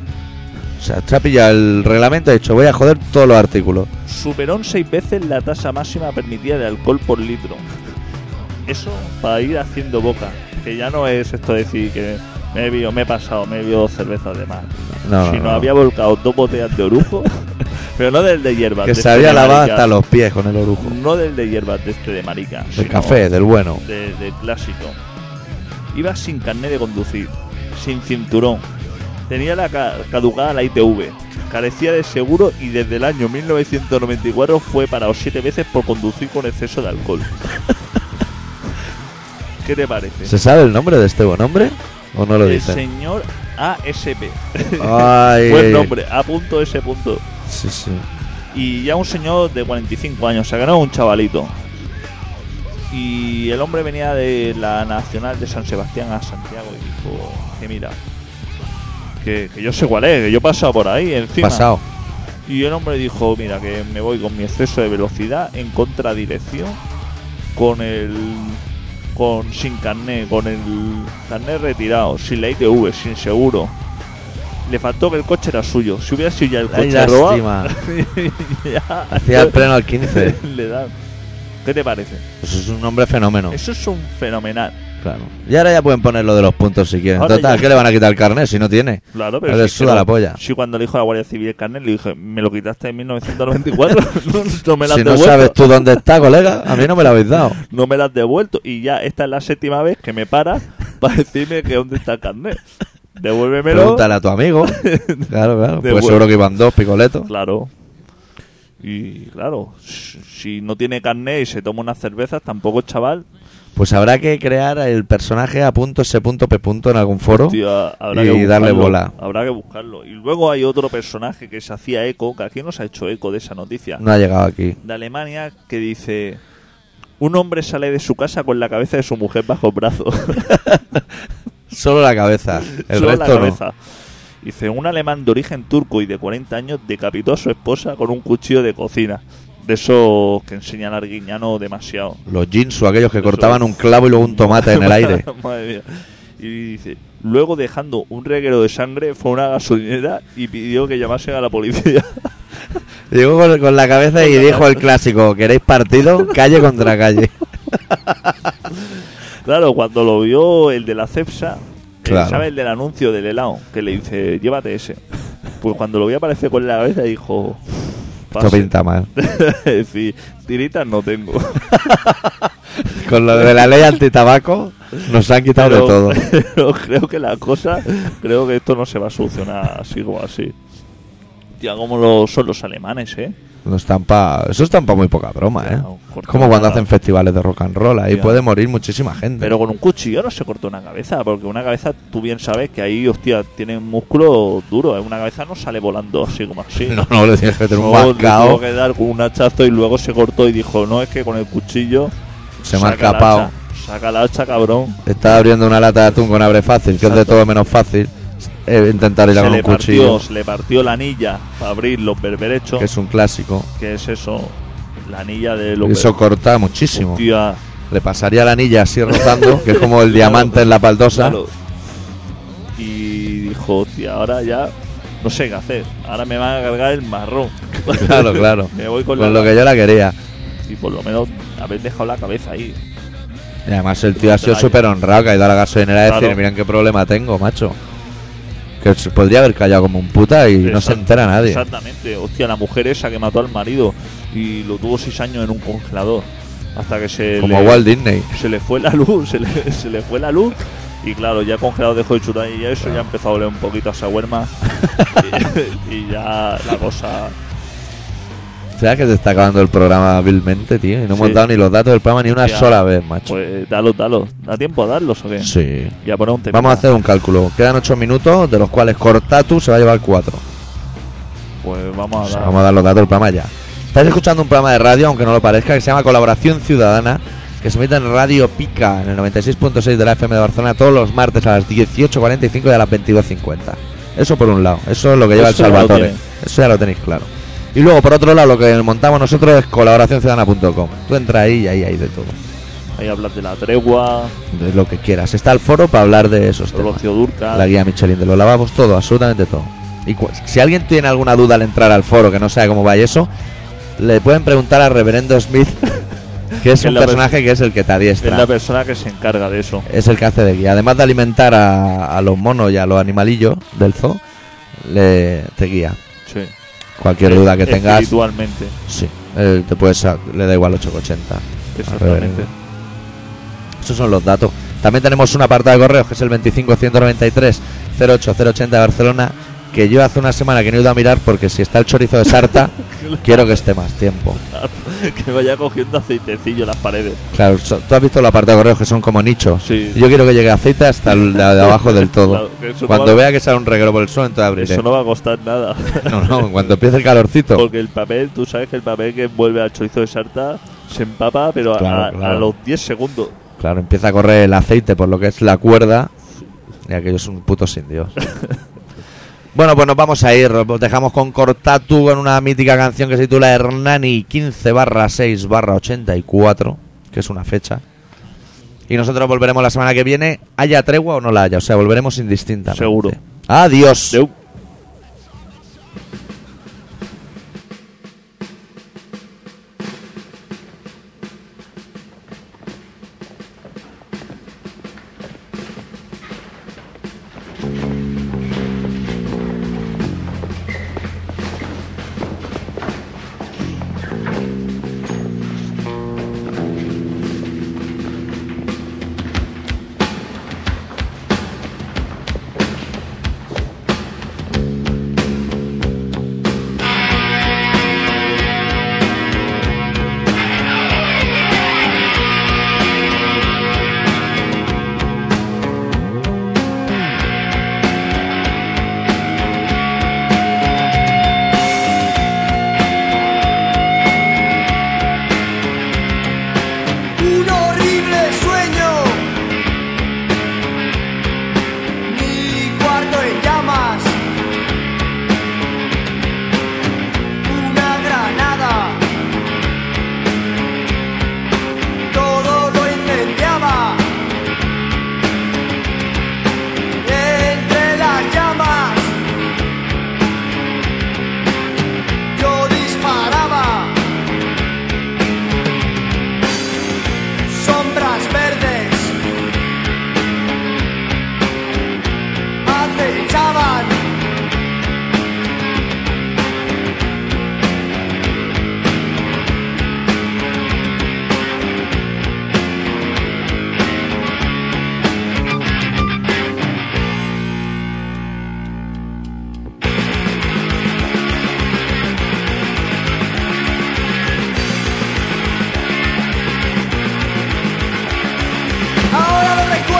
S1: O sea, te ha pillado el reglamento y ha dicho, voy a joder todos los artículos.
S2: Superó en seis veces la tasa máxima permitida de alcohol por litro. Eso para ir haciendo boca. Que ya no es esto de decir que me he, bebido- me he pasado, me he bebido cerveza de más.
S1: No,
S2: si
S1: no,
S2: no,
S1: no.
S2: había volcado dos botellas de orujo, pero no del de hierba.
S1: que se había lavado hasta los pies con el orujo.
S2: No del de hierbas de este de marica.
S1: Del
S2: sino-
S1: café, del bueno.
S2: de, de clásico. Iba sin carnet de conducir, sin cinturón. Tenía la ca- caducada la ITV, carecía de seguro y desde el año 1994 fue parado siete veces por conducir con exceso de alcohol. ¿Qué te parece?
S1: ¿Se sabe el nombre de este buen hombre? ¿O no lo
S2: el
S1: dicen?
S2: señor ASP.
S1: Ay,
S2: Buen nombre, A.S.
S1: Sí, sí.
S2: Y ya un señor de 45 años, se ha ganado un chavalito. Y el hombre venía de la Nacional de San Sebastián a Santiago y dijo, que mira, que, que yo sé cuál es, que yo he pasado por ahí encima.
S1: Pasado.
S2: Y el hombre dijo, mira, que me voy con mi exceso de velocidad en contradirección, con el... Con, sin carnet, con el carnet retirado, sin la ITV, sin seguro. Le faltó que el coche era suyo. Si hubiera sido ya el
S1: Ay,
S2: coche robado,
S1: lástima.
S2: ya,
S1: Hacía el pleno al 15.
S2: le dan. ¿Qué te parece?
S1: Pues es un hombre fenómeno.
S2: Eso es un fenomenal.
S1: Claro. Y ahora ya pueden poner lo de los puntos si quieren.
S2: Ahora
S1: Total,
S2: ya-
S1: ¿qué le van a quitar el carnet si no tiene?
S2: Claro, pero.
S1: Le
S2: es que
S1: suda
S2: no-
S1: la polla.
S2: Si cuando le dijo a la Guardia Civil el carnet, le dije, me lo quitaste en 1994. no, no me lo has
S1: Si no
S2: devuelto.
S1: sabes tú dónde está, colega, a mí no me lo habéis dado.
S2: No me lo has devuelto. Y ya esta es la séptima vez que me para para decirme que dónde está el carnet. Devuélvemelo.
S1: Pregúntale a tu amigo. Claro, claro.
S2: De
S1: Pues
S2: vuelta.
S1: seguro que iban dos picoletos.
S2: Claro. Y claro, si si no tiene carné y se toma unas cervezas, tampoco es chaval.
S1: Pues habrá que crear el personaje a punto C punto P punto en algún foro.
S2: Hostia, habrá
S1: y
S2: que
S1: darle
S2: buscarlo,
S1: bola.
S2: Habrá que buscarlo. Y luego hay otro personaje que se hacía eco, que aquí no se ha hecho eco de esa noticia,
S1: No ha llegado aquí.
S2: de Alemania, que dice: Un hombre sale de su casa con la cabeza de su mujer bajo el brazo.
S1: Solo la cabeza. El
S2: Solo la
S1: resto no.
S2: cabeza. Dice: Un alemán de origen turco y de 40 años decapitó a su esposa con un cuchillo de cocina. De esos que enseñan al guiñano demasiado.
S1: Los jeans o aquellos que
S2: Eso
S1: cortaban
S2: es.
S1: un clavo y luego un tomate en el aire.
S2: Madre mía. Y dice, luego dejando un reguero de sangre, fue a una gasolinera y pidió que llamasen a la policía.
S1: Llegó con, con la cabeza y dijo el clásico, ¿queréis partido? Calle contra calle.
S2: claro, cuando lo vio el de la CEPSA,
S1: Claro.
S2: ¿sabes? El del anuncio del helado, que le dice, llévate ese. Pues cuando lo vio aparecer con la cabeza, dijo,
S1: Esto
S2: "Pase".
S1: pinta mal.
S2: Es decir, tiritas no tengo.
S1: Con lo de la ley antitabaco nos han quitado de todo.
S2: pero creo que la cosa, creo que esto no se va a solucionar así como así. Tía, como lo son los alemanes, ¿eh?
S1: No estampa, eso estampa muy poca broma, ¿eh?
S2: Claro, corta
S1: Como cuando
S2: nada.
S1: hacen festivales de rock and roll, ahí
S2: Ya.
S1: puede morir muchísima gente.
S2: Pero con un cuchillo no se cortó una cabeza, porque una cabeza, tú bien sabes que ahí, hostia, tiene un músculo duro, ¿eh? una cabeza no sale volando así como así.
S1: no, no, le tienes que tener un
S2: No, le tuvo
S1: mascao,
S2: que dar con un hachazo y luego se cortó y dijo, no, es que con el cuchillo
S1: se me ha
S2: saca la
S1: escapado.
S2: hacha, Saca la hacha, cabrón.
S1: Está abriendo una lata de atún con abre fácil, que es de
S2: Exacto.
S1: todo menos fácil eh, intentar ir
S2: Se
S1: con
S2: le,
S1: un cuchillo,
S2: partió, se le partió la anilla para abrir los berberechos,
S1: que es un clásico.
S2: que es eso, la anilla de los
S1: Y Eso
S2: berberechos.
S1: corta muchísimo.
S2: Hostia,
S1: Le pasaría la anilla así rozando, que es como el
S2: Claro,
S1: diamante en la baldosa.
S2: Claro. Y dijo, hostia, ahora ya no sé qué hacer. Ahora me van a cargar el marrón.
S1: Claro, claro.
S2: me voy con,
S1: Con
S2: la...
S1: lo que yo la quería.
S2: Y por lo menos haber dejado la cabeza ahí.
S1: Y además el tío ha sido
S2: Claro.
S1: súper honrado que ha ido a la gasolinera a decir,
S2: Claro.
S1: miren qué problema tengo, macho. Que se podría haber callado como un puta y no se
S2: Exact-
S1: entera nadie.
S2: Exactamente. Hostia, la mujer esa que mató al marido y lo tuvo seis años en un congelador. Hasta que se
S1: Como
S2: le,
S1: Walt Disney.
S2: se le fue la luz, se le, se le fue la luz. Y claro, ya congelado dejó de chutar y ya eso ya empezó a oler un poquito a esa huerma. y, y ya la cosa.
S1: ¿Sabes que se está acabando el programa vilmente, tío? Y no hemos
S2: Sí.
S1: dado ni los datos del programa ni una
S2: Ya.
S1: sola vez, macho.
S2: Pues dalos, dalos. ¿Da tiempo a darlos o qué?
S1: sí.
S2: Y a poner un tema.
S1: Vamos a hacer un cálculo. Quedan 8 minutos, de los cuales Cortatu se va a llevar 4.
S2: Pues vamos
S1: O
S2: a
S1: sea,
S2: dar.
S1: vamos a dar los datos del programa ya. Estáis escuchando un programa de radio, aunque no lo parezca, que se llama Colaboración Ciudadana, que se emite en Radio Pica, en el 96.6 de la FM de Barcelona, todos los martes a las 18.45 y a las 22.50. Eso por un lado, eso es lo que lleva
S2: Eso
S1: el
S2: ya lo
S1: Salvatore.
S2: tiene.
S1: Eso ya lo tenéis claro. Y luego, por otro lado, lo que montamos nosotros es colaboracionciudadana.com. Tú entras ahí y ahí hay de todo,
S2: Ahí hablas de la tregua,
S1: de lo que quieras. Está el foro para hablar de esos
S2: el
S1: temas.
S2: ocio durca.
S1: La guía Michelin de los lavabos, todo, absolutamente todo. Y cu- si alguien tiene alguna duda al entrar al foro que no sabe cómo va y eso, le pueden preguntar al reverendo Smith, que es
S2: Que
S1: un
S2: la pers-
S1: personaje que es el que te
S2: es la
S1: adiestra.
S2: persona que se encarga de eso.
S1: Es el que hace de guía. Además de alimentar a, a los monos y a los animalillos del zoo, le, te guía.
S2: Sí.
S1: Cualquier duda que tengas,
S2: Espiritualmente,
S1: sí, él te puedes, sa- le da igual 880.
S2: exactamente.
S1: Esos son los datos. También tenemos una apartado de correos que es el 25193 08080 de Barcelona, que yo hace una semana que no he ido a mirar porque si está el chorizo de Sarta, quiero que esté más tiempo.
S2: que vaya cogiendo aceitecillo en las paredes.
S1: Claro, so- tú has visto los apartados de correos que son como nichos.
S2: Sí.
S1: Yo quiero que llegue aceite hasta el de de abajo del todo.
S2: Claro, que eso no
S1: Cuando
S2: va-
S1: vea que sale un reguero por el suelo, entonces abriré.
S2: Eso no va a costar nada.
S1: No, no, cuando empiece el calorcito.
S2: Porque el papel, tú sabes que el papel que envuelve al chorizo de sarta se empapa, pero a-
S1: Claro,
S2: a,
S1: claro.
S2: a los 10 segundos.
S1: Claro, empieza a correr el aceite por lo que es la cuerda. Y aquello es un puto sin Dios. bueno, pues nos vamos a ir. Os dejamos con Cortatu con una mítica canción que se titula Hernani 15 barra 6 barra 84, que es una fecha. Y nosotros volveremos la semana que viene, haya tregua o no la haya. O sea, volveremos indistintamente.
S2: Seguro.
S1: Adiós.
S2: Deu.
S6: Hernani,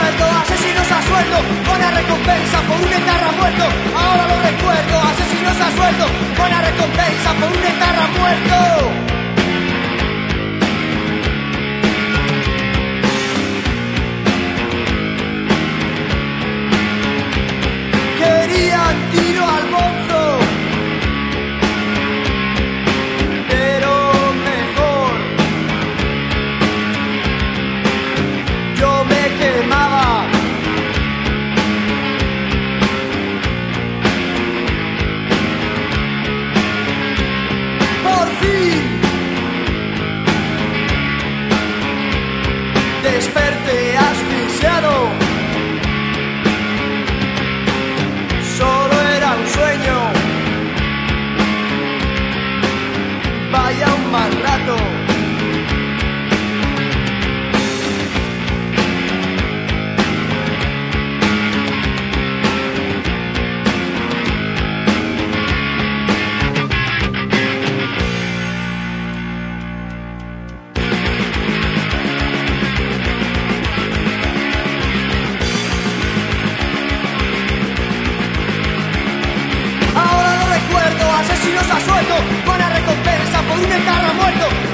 S3: recuerdo, buena recompensa por un etarra muerto. Ahora lo recuerdo, asesinos a sueldo, buena recompensa por un etarra muerto. Querían tiro al bonzo, pero mejor yo me quemaba. Por fin desperté asfixiado. Solo era un sueño. Vaya un mal rato. Ahora lo recuerdo, asesinos a sueldo, buena recompensa por un etarra muerto.